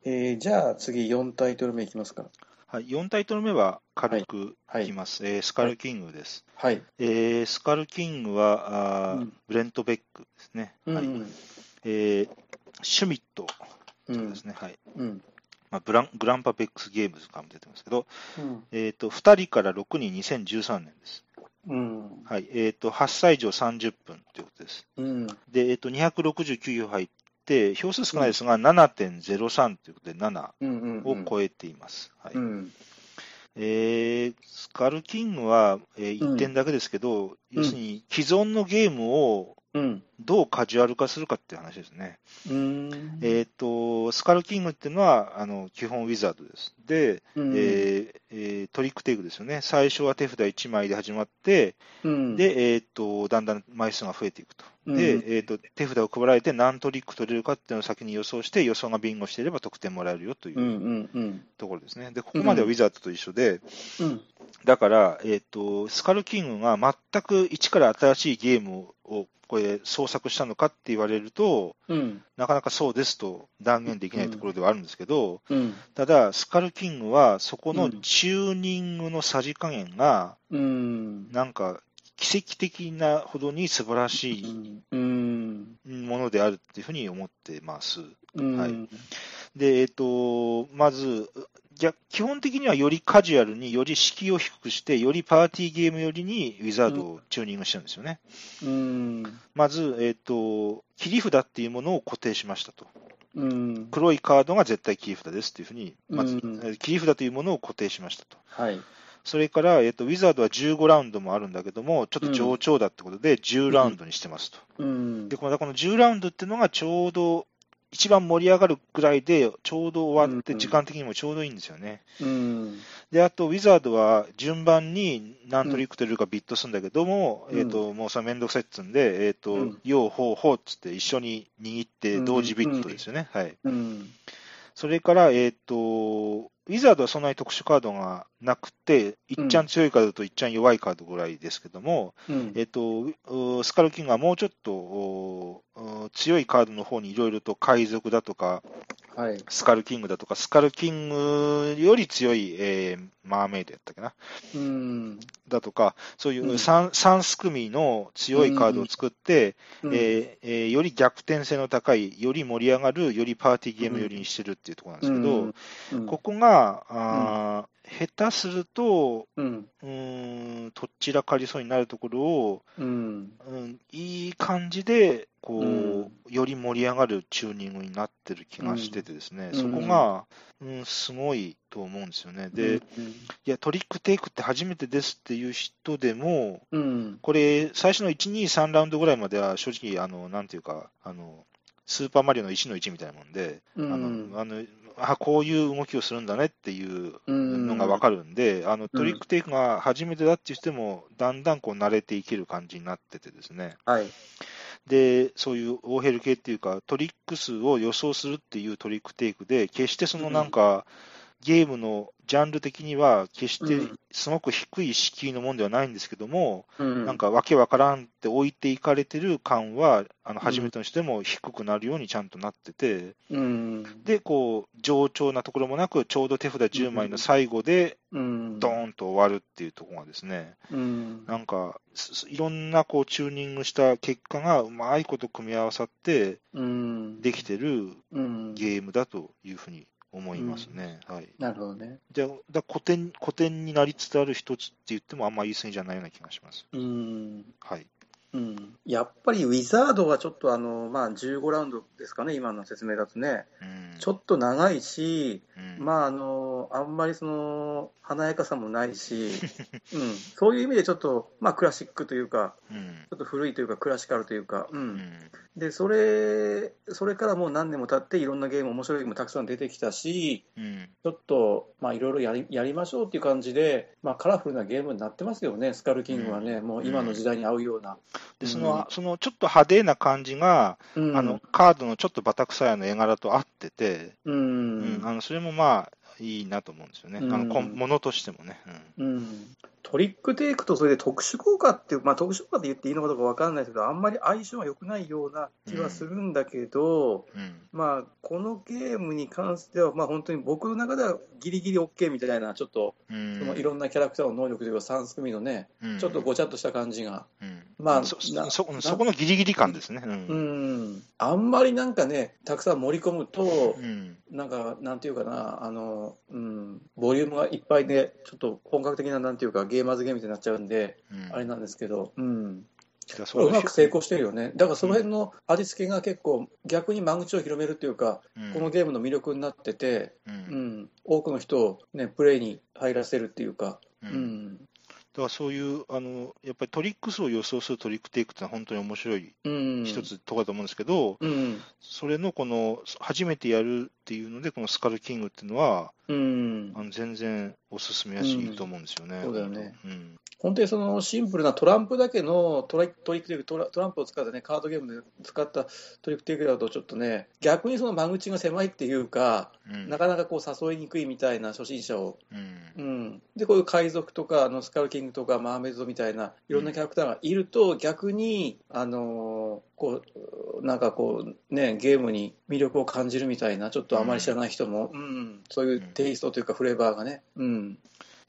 S1: えーじゃあ次、4タイトル目いきますか。
S2: はい、4タイトル目は軽く
S1: はい
S2: いきます、えースカルキングです。
S1: はい。
S2: えースカルキングはあー、
S1: うん
S2: ブレント・ベックですね、
S1: うん
S2: はいえーシュミット
S1: う
S2: で
S1: ん
S2: すね、はい
S1: うん
S2: まあ、ブラングランパ・ベックス・ゲームズからも出てますけど、
S1: うん
S2: えー、と2人から6人、2013年です、
S1: うん
S2: はいえーと。8歳以上30分ということです。
S1: うん
S2: で、えー、と269票入って、票数少ないですが、7.03ということで、7
S1: うん
S2: を超えています。はい
S1: うん
S2: えースカルキングは、えー
S1: うん
S2: 1点だけですけど、要するに既存のゲームを
S1: うん
S2: どうカジュアル化するかっていう話ですね。
S1: うん
S2: えーっと、スカルキングっていうのは、あの基本ウィザードです。で、
S1: うん
S2: えーえートリックテイクですよね。最初は手札1枚で始まって、
S1: うん
S2: で、えーっと、だんだん枚数が増えていくと。で、
S1: うん
S2: えーっと、手札を配られて何トリック取れるかっていうのを先に予想して、予想がビンゴしていれば得点もらえるよとい
S1: うん
S2: う
S1: うんうん
S2: ところですね。で、ここまではウィザードと一緒で、
S1: うん
S2: だから、えっと、スカルキングが全く一から新しいゲームをこれ創作したのかって言われると、
S1: うん
S2: なかなかそうですと断言できないところではあるんですけど、
S1: うん
S2: ただ、スカルキングはそこ
S1: う
S2: の
S1: ん
S2: チューニングのさじ加減が、
S1: うん
S2: なんか奇跡的なほどに素晴らしい
S1: うん
S2: ものであるっていうふうに思ってます。
S1: うん
S2: はいで、えっと、まず、逆基本的にはよりカジュアルに、より敷居を低くして、よりパーティーゲームよりにウィザードをチューニングしてるんですよね。
S1: うん
S2: まず、えっと、切り札っていうものを固定しましたと。
S1: うん
S2: 黒いカードが絶対切り札ですっていうふうに、まず、
S1: うん
S2: えー切り札というものを固定しましたと。
S1: はい
S2: それから、えっと、ウィザードは15ラウンドもあるんだけども、ちょっと冗長だってことで、10ラウンドにしてますと。
S1: うん
S2: で、またこの10ラウンドっていうのがちょうど、一番盛り上がるぐらいで、ちょうど終わっ
S1: う
S2: て、
S1: んうん
S2: 時間的にもちょうどいいんですよね。
S1: うん。
S2: で、あと、ウィザードは順番に何トリックというかビットするんだけども、
S1: うん
S2: えっ、と、もうさ、めんどくせっつんで、えっ、
S1: う
S2: と
S1: ん、
S2: よう、ほう、ほうっつって一緒に握って、同時ビットですよね。はい。
S1: うん。
S2: それから、えっ、と、ウィザードはそんなに特殊カードがなくて、いっちゃん強いカードといっちゃん弱いカードぐらいですけども、
S1: うん
S2: えっと、うスカルキングはもうちょっとおう強いカードの方にいろいろと海賊だとか、
S1: はい。
S2: スカルキングだとか、スカルキングより強い、えーマーメイドやったっけな、
S1: うん。
S2: だとか、そういううん三三すくみの強いカードを作って、
S1: うん
S2: えーえーより逆転性の高い、より盛り上がる、よりパーティーゲーム寄りにしてるっていうところなんですけ
S1: う
S2: ど、
S1: ん
S2: ここがあー、下手すると、
S1: うん。
S2: うーん、とっちらかりそうになるところを、
S1: うん。
S2: うん、いい感じでこう、
S1: うん
S2: より盛り上がるチューニングになってる気がしててですね、
S1: うん
S2: そこが、うん、すごいと思うんですよね。で、いや、トリックテイクって初めてですっていう人でも、
S1: うん、うん。
S2: これ、最初の1、2、3ラウンドぐらいまでは、正直、あの、なんていうか、あの、スーパーマリオの1の1みたいなもんで、
S1: うん。
S2: あの、あの、あ、こういう動きをするんだねっていうのが分
S1: る。
S2: かるんで、あのトリックテイクが初めてだっていう人も、だんだんこう慣れていける感じになっててですね、
S1: はい。
S2: でそういうオーヘル系っていうか、トリック数を予想するっていうトリックテイクで、決してそのなんか、ゲームのジャンル的には、決して
S1: うん
S2: すごく低い敷居のもんではないんですけども、
S1: うん。
S2: なんかわけわからんって置いていかれてる感は、あの初めての人でも低くなるようにちゃんとなってて、
S1: うん。
S2: で、こう、冗長なところもなく、ちょうど手札10枚の最後で、
S1: うん。
S2: ドーンと終わるっていうところがですね、
S1: うん。
S2: なんか、すすいろんなこうチューニングした結果がうまいこと組み合わさって
S1: うん。
S2: できてる
S1: うん。
S2: ゲームだというふうに思いますね。はい、
S1: なるほどね。
S2: でだ古典古典になりつつある一つって言ってもあんま言い過ぎじゃないような気がします。
S1: うん。
S2: はい、
S1: うん、やっぱりウィザードはちょっとあの、まあ、15ラウンドですかね、今の説明だとね、
S2: うん
S1: ちょっと長いし、
S2: うん
S1: まあ、あのあんまりその華やかさもない し、うん、そういう意味でちょっと、まあ、クラシックというか、
S2: うん
S1: ちょっと古いというか、クラシカルというか、う、
S2: うんん
S1: でそれそれからもう何年も経って、いろんなゲーム、面白いゲームもたくさん出てきたし、
S2: うん
S1: ちょっと、まあ、いろいろやりやりましょうっていう感じで、まあ、カラフルなゲームになってますよね、スカルキングはね、もう今の時代に合うような。う
S2: で
S1: ん
S2: そのそのちょっと派手な感じが、
S1: うん、
S2: あのカードのちょっとバタ臭いあの絵柄と合ってて、
S1: う
S2: うん
S1: ん
S2: あのそれもまあいいなと思うんですよね、あのこ
S1: うん
S2: ものとしてもね。うん
S1: うんトリックテイクとそれで特殊効果っていう、まあ、特殊効果って言っていいのかどうか分からないですけど、あんまり相性は良くないような気はするんだけど、
S2: うん
S1: まあ、このゲームに関しては、まあ、本当に僕の中ではギリギリ OK みたいな、ちょっとそのいろんなキャラクターの能力というか、3組のね、ちょっとごちゃっとした感じが、ま
S2: ま
S1: あ
S2: あ、そ
S1: な
S2: そそこのギリギリ感ですね。う
S1: うんん、あんまりなんかね、たくさん盛り込むと
S2: う、ん
S1: なんか、なんていうかな、あの、うん、ボリュームがいっぱいで、ちょっと本格的な、なんていうか、ゲーマーズゲームになっちゃうんで、
S2: うん
S1: あれなんですけど、うん、
S2: だからそう
S1: うまく成功してるよね、だからその辺の味付けが結構、逆に間口を広めるというか、
S2: うん
S1: このゲームの魅力になってて、
S2: う
S1: うんん、多くの人を、ね、プレイに入らせるっていうか、
S2: う
S1: うんん、
S2: だからそういうあの、やっぱりトリックスを予想するトリックテイクってのは本当に面白い
S1: うん、
S2: 一、つとかだと思うんですけど、
S1: うん、
S2: それのこの初めてやるっていうので、このスカルキングっていうのは、
S1: うん
S2: あ、の全然おすすめやし、
S1: うん
S2: いいと思うんですよね。
S1: そうだよね
S2: うん。
S1: 本当にそのシンプルなトランプだけのトライトリックテイクトラ、トランプを使ったね、カードゲームで使ったトリックテイクだと、ちょっとね、逆にその間口が狭いっていうか、
S2: うん
S1: なかなかこう誘いにくいみたいな初心者を
S2: うん
S1: うん、でこういう海賊とかあのスカルキングとかマーメイドみたいないろんなキャラクターがいると、逆に、あのーこうなんかこう、ね、ゲームに魅力を感じるみたいなちょっとあまり知らない人も、うんそういうテイストというかフレーバーがね。うん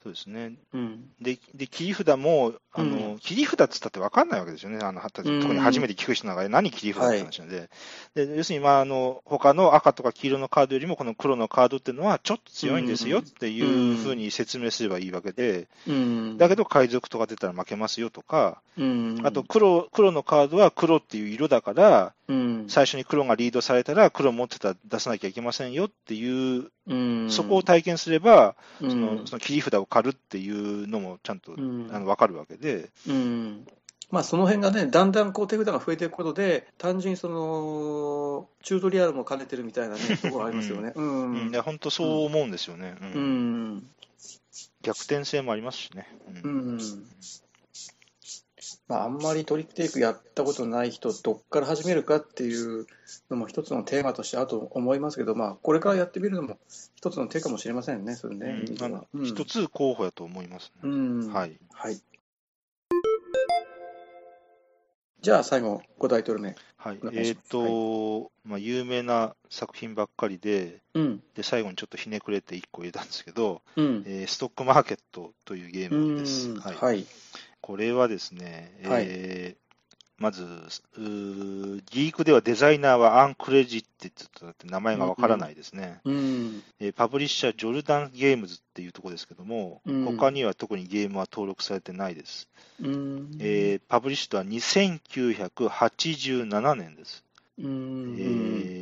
S2: そうですね。
S1: うん
S2: で、で切り札も、あの
S1: う
S2: 切り札っつったって分かんないわけですよね、あの特に初めて聞く人なんかで、何切り札って話なんで、で要するに、まあ、あの他の赤とか黄色のカードよりも、この黒のカードっていうのはちょっと強いんですよっていうふうに説明すればいいわけで、
S1: うん、
S2: だけど海賊とか出たら負けますよとか、
S1: うん、
S2: あと黒黒のカードは黒っていう色だから、
S1: うん、
S2: 最初に黒がリードされたら、黒持ってたら出さなきゃいけませんよっていう、
S1: うん
S2: そこを体験すれば、
S1: うん
S2: そのその切り札を狩るっていうのもちゃんと、
S1: うん
S2: あの分かるわけで。
S1: うんまあ、その辺がね、だんだんこう手札が増えていくことで、単純にそのチュートリアルも兼ねてるみたいなね、ところありますよね。う
S2: うんん、いや本当そう思うんですよね、うん
S1: うん
S2: 逆転性もありますしね、うん
S1: うんまあ、あんまりトリックテイクやったことない人、どっから始めるかっていうのも一つのテーマとしてあると思いますけど、まあ、これからやってみるのも一つの手かもしれませんね、それ
S2: う
S1: ね
S2: ん。あの
S1: うん
S2: 一つ候補やと思います
S1: う
S2: ね、
S1: ん
S2: はい、
S1: はい。じゃあ最後、5タイトル目。
S2: はい、
S1: お願い
S2: え
S1: し
S2: っ、
S1: ます
S2: と、まあ、有名な作品ばっかりで
S1: うん。
S2: で、最後にちょっとひねくれて1個入れたんですけど、
S1: うん。
S2: えーストックマーケットというゲームです。
S1: うん
S2: はい
S1: はい。
S2: これはですね、えー
S1: は
S2: まず、うーギークではデザイナーはアンクレジットってなって名前がわからないですね、
S1: うん。
S2: えーパブリッシャー、ジョルダン・ゲームズっていうところですけども、
S1: うん
S2: 他には特にゲームは登録されてないです。
S1: うん。
S2: えーパブリッシュとは2987年です。
S1: うん。
S2: え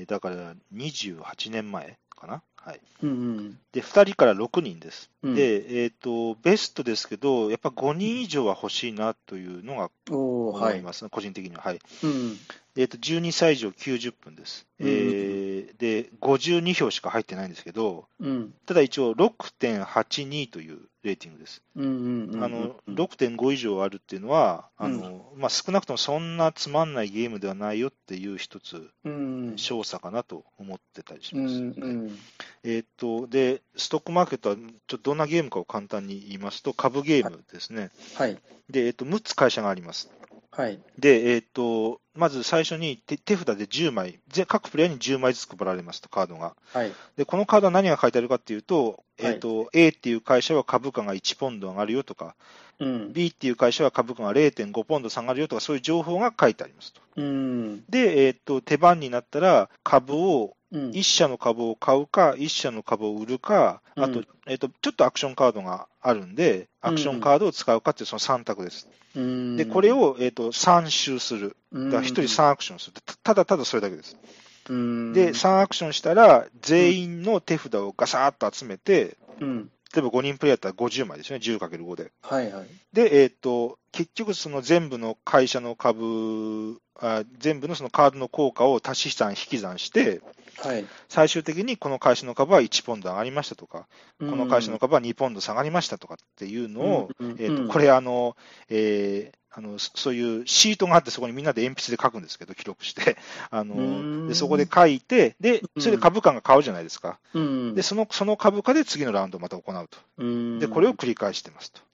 S2: ーだから28年前かな。はい、
S1: うん。
S2: で、2人から6人です。
S1: うん、
S2: で、えっ、と、ベストですけど、やっぱ5人以上は欲しいなというのが
S1: おー
S2: 思
S1: はいい。
S2: ます、個人的には。はい。
S1: うん。
S2: えっ、と、12歳以上90分です。
S1: うん
S2: えーで、52票しか入ってないんですけど、
S1: うん。
S2: ただ一応6.82というレーティングです。
S1: うんうんうん。
S2: あの6.5以上あるっていうのは、あのまあ、少なくともそんなつまんないゲームではないよっていう一つ、
S1: うん。
S2: 少佐かなと思ってたりし
S1: う
S2: ます。
S1: んうん。
S2: えーっとで、ストックマーケットはちょっとどんなゲームかを簡単に言いますと、株ゲームですね。
S1: はい。
S2: で、えーっと6つ会社があります。
S1: はい。
S2: で、えーっとまず最初に手手札で10枚、ぜ各プレイヤーに10枚ずつ配られますと、カードが。
S1: はい。
S2: で、このカードは何が書いてあるかっていうと、
S1: はい
S2: えーっと A っていう会社は株価が1ポンド上がるよとか、
S1: うん。
S2: B っていう会社は株価が0.5ポンド下がるよとか、そういう情報が書いてありますと。
S1: うん。
S2: で、えーっと手番になったら、株を、
S1: うん
S2: 1社の株を買うか、1社の株を売るか、あと,、
S1: うん
S2: えーっとちょっとアクションカードがあるんで、アクションカードを使うかっていうその3択です。
S1: うん
S2: で、これ、を、えーっと3周する。だから1人3アクションする。たただただそれだけです。
S1: うん。
S2: で、3アクションしたら、全員の手札をガサーッと集めて、
S1: うん。
S2: 例えば5人プレイヤーだったら50枚ですよね、10×5 で。
S1: はいはい。
S2: で、えーっと結局、その全部の会社の株、あ全部のそのカードの効果を足し算、引き算して、
S1: はい。
S2: 最終的にこの会社の株は1ポンド上がりましたとか、
S1: こ
S2: この会社の株は2ポンド下がりましたとかっていうのを、
S1: うん
S2: えーっと
S1: うん
S2: これあの、えーあの、そそういうシートがあって、そこにみんなで鉛筆で書くんですけど、記録して、あ
S1: うん
S2: のでそこで書いてで、それで株価が買うじゃないですか、
S1: うん
S2: でそのその株価で次のラウンドをまた行うと、
S1: うん
S2: でこれを繰り返してますと。
S1: う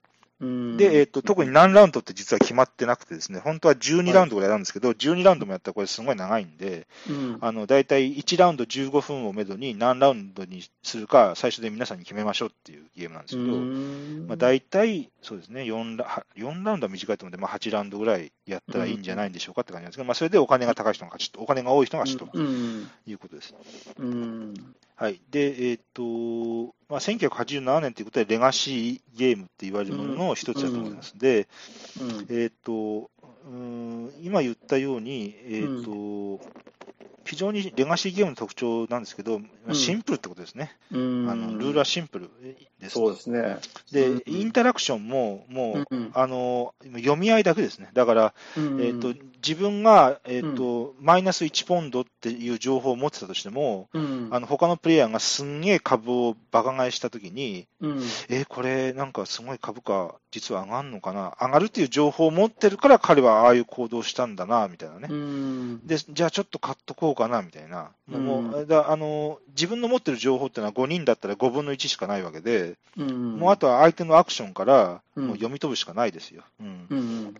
S1: ん
S2: で、えっと、特に何ラウンドって実は決まってなくてですね、本当は12ラウンドぐらいなんですけど、12ラウンドもやったらこれすごい長いんで、
S1: うん
S2: あの、大体1ラウンド15分をめどに何ラウンドにするか、最初で皆さんに決めましょうっていうゲームなんですけど、まあ、大体、そうですね4ラ、は4ラウンドは短いと思うんで、まあ、8ラウンドぐらいやったらいいんじゃないんでしょうかって感じなんですけど、まあ、それでお金が高い人の勝ちと、お金が多い人の勝ちと
S1: うん
S2: いうことです。
S1: うん
S2: はい。で、えっと、まあ、1987年ということで、レガシーゲームって言われるものの一つだと思います。で、
S1: うん
S2: えーっとうーん今言ったように、えーっと非常にレガシーゲームの特徴なんですけど、
S1: ん
S2: シンプルってことですね、
S1: うん
S2: あのルールはシンプルです。
S1: そうですね。
S2: で、
S1: うん
S2: インタラクションも、もう、
S1: うん
S2: あの読み合いだけですね、だから、
S1: うん
S2: えーっと自分が、えーっとマイナス1ポンドっていう情報を持ってたとしても、
S1: うん
S2: あの他のプレイヤーがすんげえ株をバカ買いしたときに、
S1: うん
S2: えーこれ、なんかすごい株価、実は上がるのかな、上がるっていう情報を持ってるから、彼はああいう行動をしたんだな、みたいなね。
S1: うん
S2: で、じゃあちょっと買っとこうかな、みたいな。もう
S1: うん
S2: もうだあの自分の持ってる情報っていうのは5人だったら5分の1しかないわけで、
S1: うん
S2: もうあとは相手のアクションから
S1: うん
S2: もう読み飛ぶしかないですよ。うん
S1: うん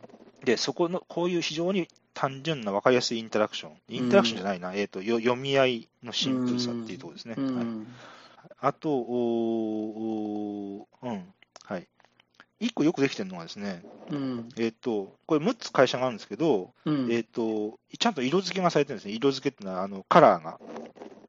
S2: で、そこの、こういう非常に単純な分かりやすいインタラクション。インタラクションじゃないな、えっ、と、よ読み合いのシンプルさっていうところですね。
S1: う
S2: はい
S1: ん
S2: あと、おーおーうん、はい。一個よくできてるのがですね、
S1: うん
S2: えっ、と、これ6つ会社があるんですけど、
S1: うん
S2: えっ、と、ちゃんと色付けがされてるんですね。色付けっていうのは、あの、カラーが。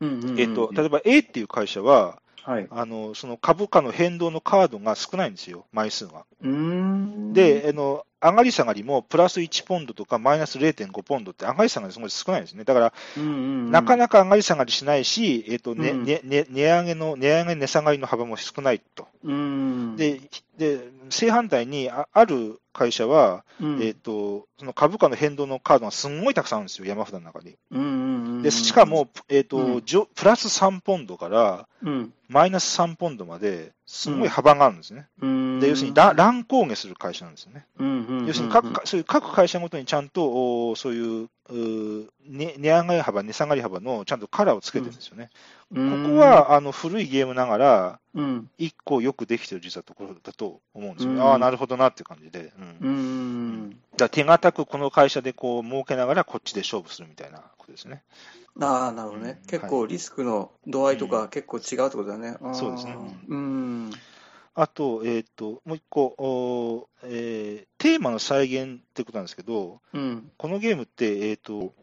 S1: うんうん
S2: えっ、と、例えば A っていう会社は、
S1: はい。
S2: あのその株価の変動のカードが少ないんですよ、枚数が。
S1: うーん。
S2: で、あの上がり下がりもプラス1ポンドとかマイナス0.5ポンドって上がり下がりすごい少ないんですね。だから、
S1: うんうんうん、
S2: なかなか上がり下がりしないし、えっとね
S1: うん
S2: ねね値上げの、値上げ、値下がりの幅も少ないと。
S1: うん、
S2: で、で正反対にあある会社は、
S1: うん、
S2: えっと、その株価の変動のカードがすんごいたくさんあるんですよ、山札の中に。
S1: うんうんうん、
S2: でしかも、えっ
S1: う
S2: と
S1: ん
S2: じょプラス3ポンドから
S1: うん、
S2: マイナス3ポンドまですごい幅があるんですね。
S1: うん、
S2: で要するに乱乱高下する会社なんですよね。
S1: うんうんうん、
S2: 要するに各かそういう各会社ごとにちゃんとおーそういううー、ね、値上がり幅、値下がり幅のちゃんとカラーをつけてるんですよね。
S1: う
S2: こ
S1: ん、
S2: こはあの古いゲームながら、
S1: うん、
S2: 一個よくできてる実はところだと思うんですよね。
S1: うん
S2: ああ、なるほどなっていう感じで。うん
S1: うんうん、
S2: だから手堅くこの会社でこう儲けながらこっちで勝負するみたいなことですね。
S1: ああ、なるほどね
S2: うん、
S1: 結構リスクの度合いと
S2: う
S1: か、結構違うってことだね、あー
S2: そうですね
S1: うん、
S2: あと、えっ、と、もう一個、おーえーテーマの再現ってことなんですけど、
S1: うん、
S2: このゲームって、えっ、と、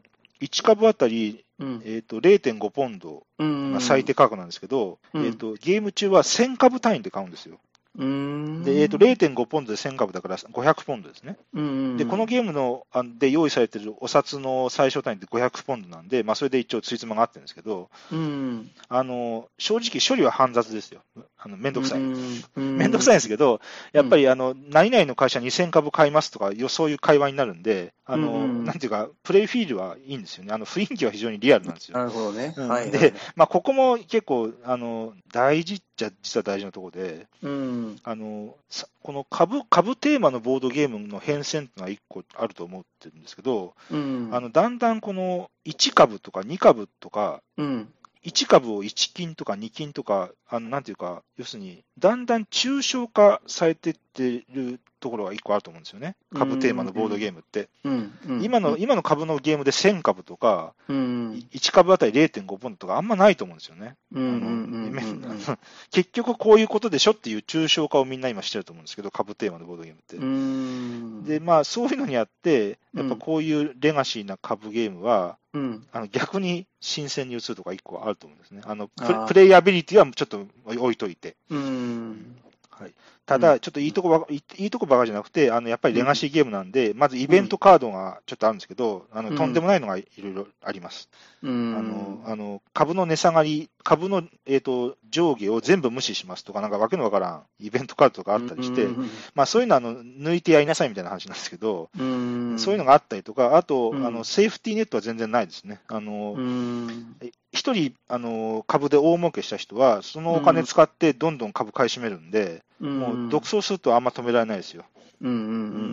S2: 1株あたり、
S1: うん、
S2: えっ、と、0.5ポンド
S1: うん、
S2: まあ、最低価格なんですけど、
S1: うん
S2: えっとゲーム中は1000株単位で買うんですよ。
S1: うん、
S2: で、えっと0.5ポンドで1000株だから500ポンドですね。
S1: うん、
S2: で、このゲームのあで用意されてるお札の最小単位って500ポンドなんで、まあ、それで一応、ついつまが合ってるんですけど、
S1: うん、
S2: あの正直、処理は煩雑ですよ、あのめんどくさい。
S1: うん、
S2: めんどくさい
S1: い、
S2: んですけど、やっぱりあの何々の会社2000株買いますとか、よそういう会話になるんで、あの
S1: うんうん
S2: なんていうか、プレイフィールはいいんですよね、あの雰囲気は非常にリアルなんですよ。
S1: なるほどね、
S2: うん
S1: はい、
S2: で、まあ、ここも結構あの大事っちゃ実は大事なところで
S1: うん、
S2: あのさこの株株テーマのボードゲームの変遷っていうのは1個あると思ってるんですけど、
S1: うん、
S2: あのだんだんこの1株とか2株とか
S1: うん、
S2: 1株を1金とか2金とかあのなんていうか要するにだんだん抽象化されてってるところが1個あると思うんですよね株テーマのボードゲームって、
S1: うん、うん、
S2: 今の今の株のゲームで1000株とか
S1: うん、
S2: 1株あたり0.5ポンドとかあんまないと思うんですよね。
S1: うん、う
S2: あ
S1: ん、
S2: の
S1: うん、うん、
S2: 結局こういうことでしょっていう抽象化をみんな今してると思うんですけど、株テーマのボードゲームって。
S1: うん、
S2: で、まあ、そういうのにあって、やっぱ
S1: うん
S2: こういうレガシーな株ゲームは、
S1: うん、
S2: あの逆に新鮮に移るとか一個あると思うんですね。あのプ
S1: あー
S2: プレイアビリティはちょっと置いといて。
S1: うん、
S2: はい、ただ、ちょっといいとこばか、いいいいとこばかじゃなくて、あのやっぱりレガシーゲームなんで、まずイベントカードがちょっとあるんですけど、あ
S1: う
S2: の
S1: ん
S2: とんでもないのがいろいろあります。
S1: う
S2: あ
S1: ん
S2: の、あの株の値下がり、株の、えー、と上下を全部無視しますとか、なんかわけのわからんイベントカードとかあったりして、
S1: うん
S2: まあ、そういうのはあの抜いてやりなさいみたいな話なんですけど、
S1: うん、
S2: そういうのがあったりとか、あと、
S1: うん
S2: あのセーフティーネットは全然ないですね。あの
S1: うん、
S2: 一人あの株で大儲けした人は、そのお金使ってどんどん株買い占めるんで、もう独走するとあんま止められないですよ。
S1: うんうんう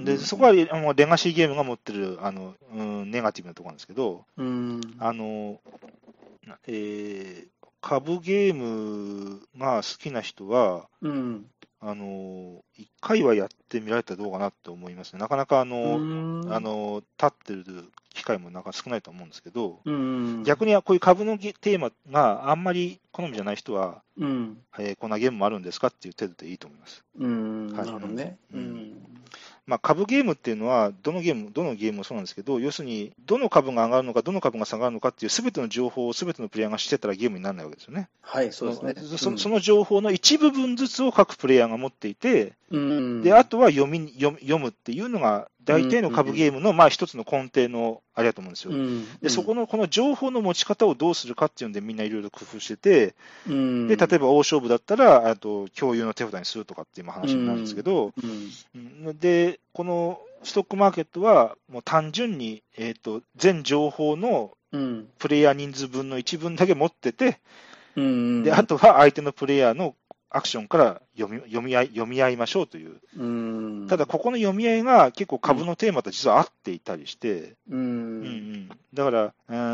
S1: ん、
S2: でそこはあのレガシーゲームが持ってるあの、うん、ネガティブなところなんですけど、
S1: うん、
S2: あの、なえー株ゲームが好きな人は、
S1: うん、
S2: あの、一回はやってみられたらどうかなと思いますね。なかなかあの、
S1: あ
S2: あ、の、立ってる機会もなんか少ないと思うんですけど、
S1: うん、
S2: 逆にこういう株のゲテーマがあんまり好みじゃない人は、
S1: うん、
S2: えーこんなゲームもあるんですかっていう程度でいいと思います。
S1: うん、なるほどね。うん、
S2: まあ、株ゲームっていうのは、どのゲーム、どのゲームもそうなんですけど、要するに、どの株が上がるのか、どの株が下がるのかっていう、すべての情報をすべてのプレイヤーが知ってたらゲームにならないわけですよね。
S1: はい、そうですね。
S2: そその情報の一部分ずつを各プレイヤーが持っていて、
S1: の
S2: であとは読み読み読むっていうのが、大体の株ゲームのまあ一つの根底のあれだと思うんですよ。でそこのこの情報の持ち方をどうするかっていうので、みんないろいろ工夫してて、
S1: の
S2: で例えば大勝負だったら、あと共有の手札にするとかっていう今話になるんですけど、うんでこのストックマーケットは、もう単純に、えー、と全情報の
S1: うん、
S2: プレイヤー人数分の1分だけ持ってて、
S1: うん、
S2: で、あ、とは相手のプレイヤーのアクションから読み読み合い読み合いましょうという、
S1: うん、
S2: ただ、、ここの読み合いが結構株のテーマと実は合っていたりして、
S1: う、
S2: うんうんんだから、う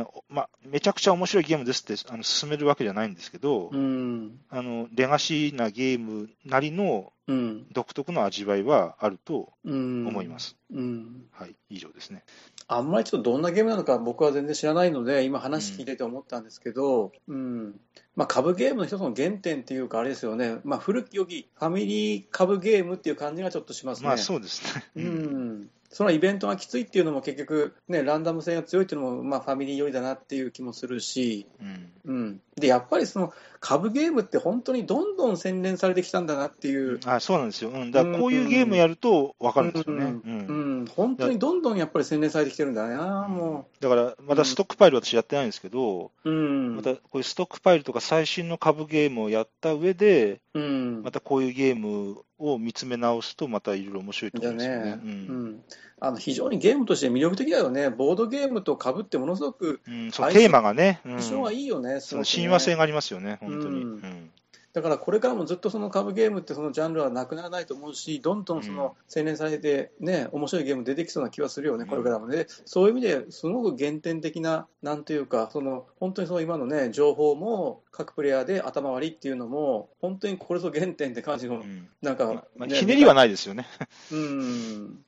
S2: んまあ、めちゃくちゃ面白いゲームですってあの進めるわけじゃないんですけど、
S1: うん、
S2: あのレガシーなゲームなりの
S1: うん、
S2: 独特の味わいはあると
S1: うん、。
S2: 思いますす。
S1: うん。
S2: はい、以上ですね。
S1: あんまりちょっとどんなゲームなのか僕は全然知らないので今話聞いてて思ったんですけど、うんまあ、株ゲームの一つの原点っていうかあれですよね、まあ、古き良きファミリー株ゲームっていう感じがちょっとしますね。
S2: まあ、そうですね。
S1: うん、そのイベントがきついっていうのも結局、ね、ランダム性が強いっていうのも、まあ、ファミリー寄りだなっていう気もするし、
S2: うん
S1: うんで、やっぱりその株ゲームって本当にどんどん洗練されてきたんだなっていう、
S2: あそうなんですよ、うん、だからこういうゲームやると分かるんですよね、
S1: う
S2: うんん
S1: うん、本当にどんどんやっぱり洗練されてきてるんだな、も
S2: だからまたストックパイル、私やってないんですけど、
S1: う。うん、
S2: またこういうストックパイルとか最新の株ゲームをやった上で、
S1: うん、
S2: またこういうゲームを見つめ直すと、またいろいろ面白いと
S1: じ
S2: 思
S1: ゃ
S2: うんですよね
S1: ね、。うん、あの非常にゲームとして魅力的だよね、ボードゲームと株ってものすごく
S2: うんうん、そのテーマがね、うん
S1: 相性がいいよね、す
S2: そ
S1: ごく
S2: の
S1: ね
S2: 親和性がありますよね、本当に。
S1: う
S2: うんん
S1: だからこれからもずっとその株ゲームってそのジャンルはなくならないと思うし、どんどんその洗練されて、ね、面白いゲーム出てきそうな気はするよね、
S2: うん
S1: これからもね、そういう意味ですごく原点的な、なんというか、その本当にその今のね、情報も各プレイヤーで頭割りっていうのも、本当にこれぞ原点って感じの、
S2: うん
S1: なん
S2: ま
S1: か、
S2: あひねりはないですよね。
S1: うん、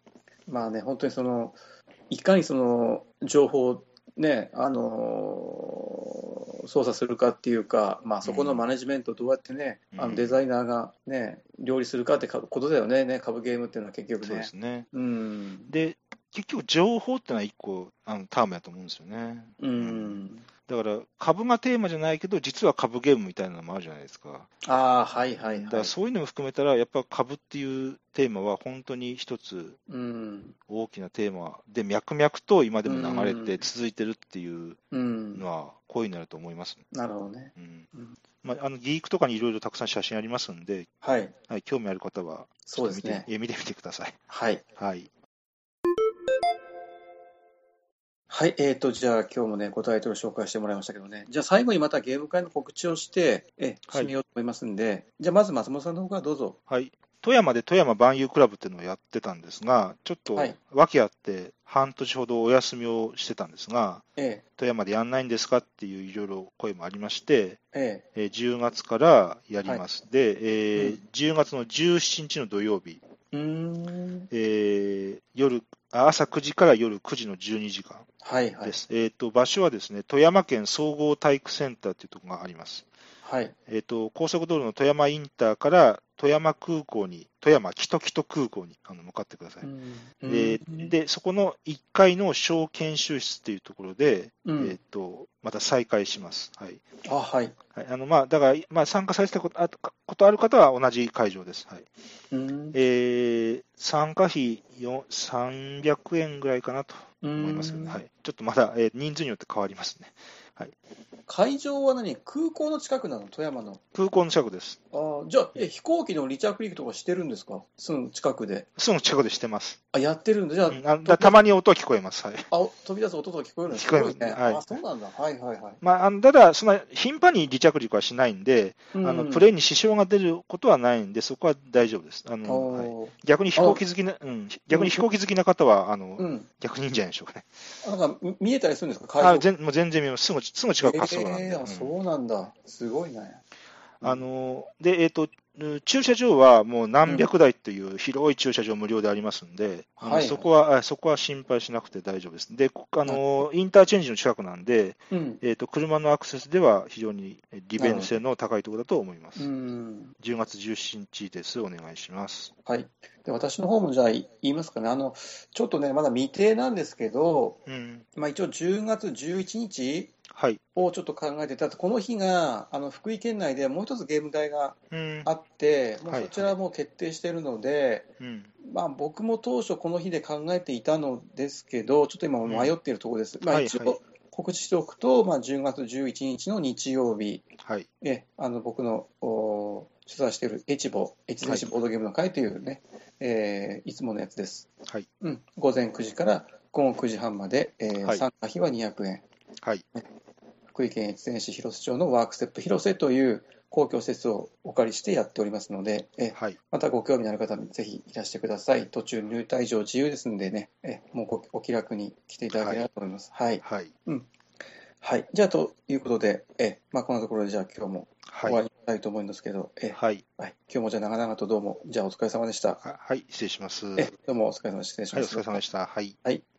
S1: まあね、本当にその、いかにその情報をね、あの操作するかっていうか、まあ、そこのマネジメントをどうやってね、
S2: うん
S1: あのデザイナーがね、料理するかってかことだよね、ね株ゲームっていうのは結局ね。
S2: そうですね。
S1: うん、
S2: で、結局、情報ってのは一個あのタームやと思うんですよね。
S1: うん、
S2: だから、株がテーマじゃないけど、実は株ゲームみたいなのもあるじゃないですか。
S1: ああ、はいはい
S2: だか
S1: はい
S2: ら、。そういうのも含めたら、やっぱ株っていうテーマは、本当に一つ
S1: うん、
S2: 大きなテーマで、脈々と今でも流れて続いてるっていう
S1: うん
S2: の、は、こういうのだと思います。
S1: なるほどね。
S2: うん
S1: うん
S2: まあ、あのギークとかにいろいろたくさん写真ありますんで、
S1: はい、
S2: はい、興味ある方は
S1: そうですね。
S2: え見てみてください。
S1: はい。
S2: はい。
S1: はい、えーと、じゃあ今日もね、ごタイトル紹介してもらいましたけどね、じゃあ最後にまたゲーム会の告知をして、え、
S2: はい
S1: 締めようと思いますんで、じゃあまず松本さんの方からどうぞ。
S2: はい。富山で富山万有クラブっていうのをやってたんですが、ちょっと
S1: はい
S2: 訳あって半年ほどお休みをしてたんですが、
S1: え
S2: 富山でやんないんですかっていういろいろ声もありまして、
S1: え、え
S2: えー10月からやります。で、えー
S1: うん
S2: 10月の17日の土曜日、
S1: え、うーん、
S2: えー夜、あ朝9時から夜9時の12時間
S1: はいはい
S2: で、す。えっ、と、場所はですね、富山県総合体育センターっていうところがあります。
S1: はい、
S2: えっと高速道路の富山インターから富山空港に、富山キトキト空港にあの向かってください。
S1: うん
S2: で
S1: うん
S2: で、そこの1階の小研修室っていうところで、
S1: うん
S2: えっとまた再開します。はい
S1: あ、はい、
S2: はいあのまあ、だから、まあ、参加されてたことあことある方は同じ会場です。はい
S1: うん、
S2: えー参加費よ300円ぐらいかなと思いますけど、
S1: うん
S2: はい、ちょっとまだ、えー人数によって変わりますね。
S1: 会場は何空港の近くなの富山の。
S2: 空港の近くです。
S1: あーじゃあ、え、飛行機の離着陸とかしてるんですかすぐ近くで。
S2: すぐ近くでしてます。
S1: あ、やってるんだ。じゃあ
S2: うん、あだからたまに音は聞こえます。はい
S1: あ、飛び出す音とか聞こえるんです
S2: 聞こえます
S1: ごいね。
S2: はい
S1: あ、そうなんだ。はいはいはい。
S2: まあ、あのただ、そんな頻繁に離着陸はしないんで、
S1: あ
S2: あのプレーに支障が出ることはないんで、そこは大丈夫です。あのはい
S1: おー
S2: 逆に飛行機好きな、うん、逆に飛行機好きな方は、あの
S1: うん。
S2: 逆にいいんじゃないでしょうかね。
S1: なんかみ見えたりするんですか、
S2: あ
S1: 会
S2: 全もう全然見えます。すぐすぐ近く滑走路なんで。
S1: えーあ
S2: うん
S1: そうなんだ、すごいね。
S2: あので、えっ、と、駐車場はもう何百台という広い駐車場無料でありますんで、あの
S1: はい
S2: そこは、あそこは心配しなくて大丈夫です。で、こあのインターチェンジの近くなんで、
S1: うん、
S2: えっ、と、車のアクセスでは非常に利便性の高いところだと思います
S1: う。ん、
S2: 10月17日です。お願いします。
S1: はい。で、私の方もじゃあい言いますかね、あの、ちょっとね、まだ未定なんですけど、
S2: うん。
S1: まあ、一応10月11日
S2: はい。
S1: をちょっと考えてた、この日があの福井県内でもう一つゲーム会が
S2: うん
S1: あ。って、もう
S2: はい
S1: そちらはもう決定しているので、
S2: うん。
S1: まあ、僕も当初この日で考えていたのですけど、ちょっと今迷っているところです。まあ、
S2: はい
S1: 一
S2: はい
S1: 応告知しておくと、まあ、10月11日の日曜日、
S2: はい。
S1: えあの僕のお主催しているエチボ、エチボボードゲームの会というね、えーいつものやつです。
S2: はい。
S1: うん、午前9時から午後9時半まで、えー
S2: はい
S1: 参加費は200円。
S2: はい。
S1: 福井県越前市広瀬町のワークステップ広瀬という公共施設をお借りしてやっておりますので、え
S2: はい。
S1: またご興味のある方、ぜひいらしてください。途中入退場自由ですんでね、えもうごお気楽に来ていただければと思います。はい。
S2: はい。
S1: はい。じゃあ、ということで、えまあ、こんなところで、じゃあ今日も終わ
S2: はい。
S1: りたいと思うんですけど、え
S2: はい。
S1: はい、今日もじゃあ長々とどうも、じゃあお疲れ様でした。
S2: あはい。失礼します。はい。
S1: えどうもお疲れ様でした。失礼し
S2: お
S1: ま
S2: 疲
S1: す
S2: れ。様でした。はい。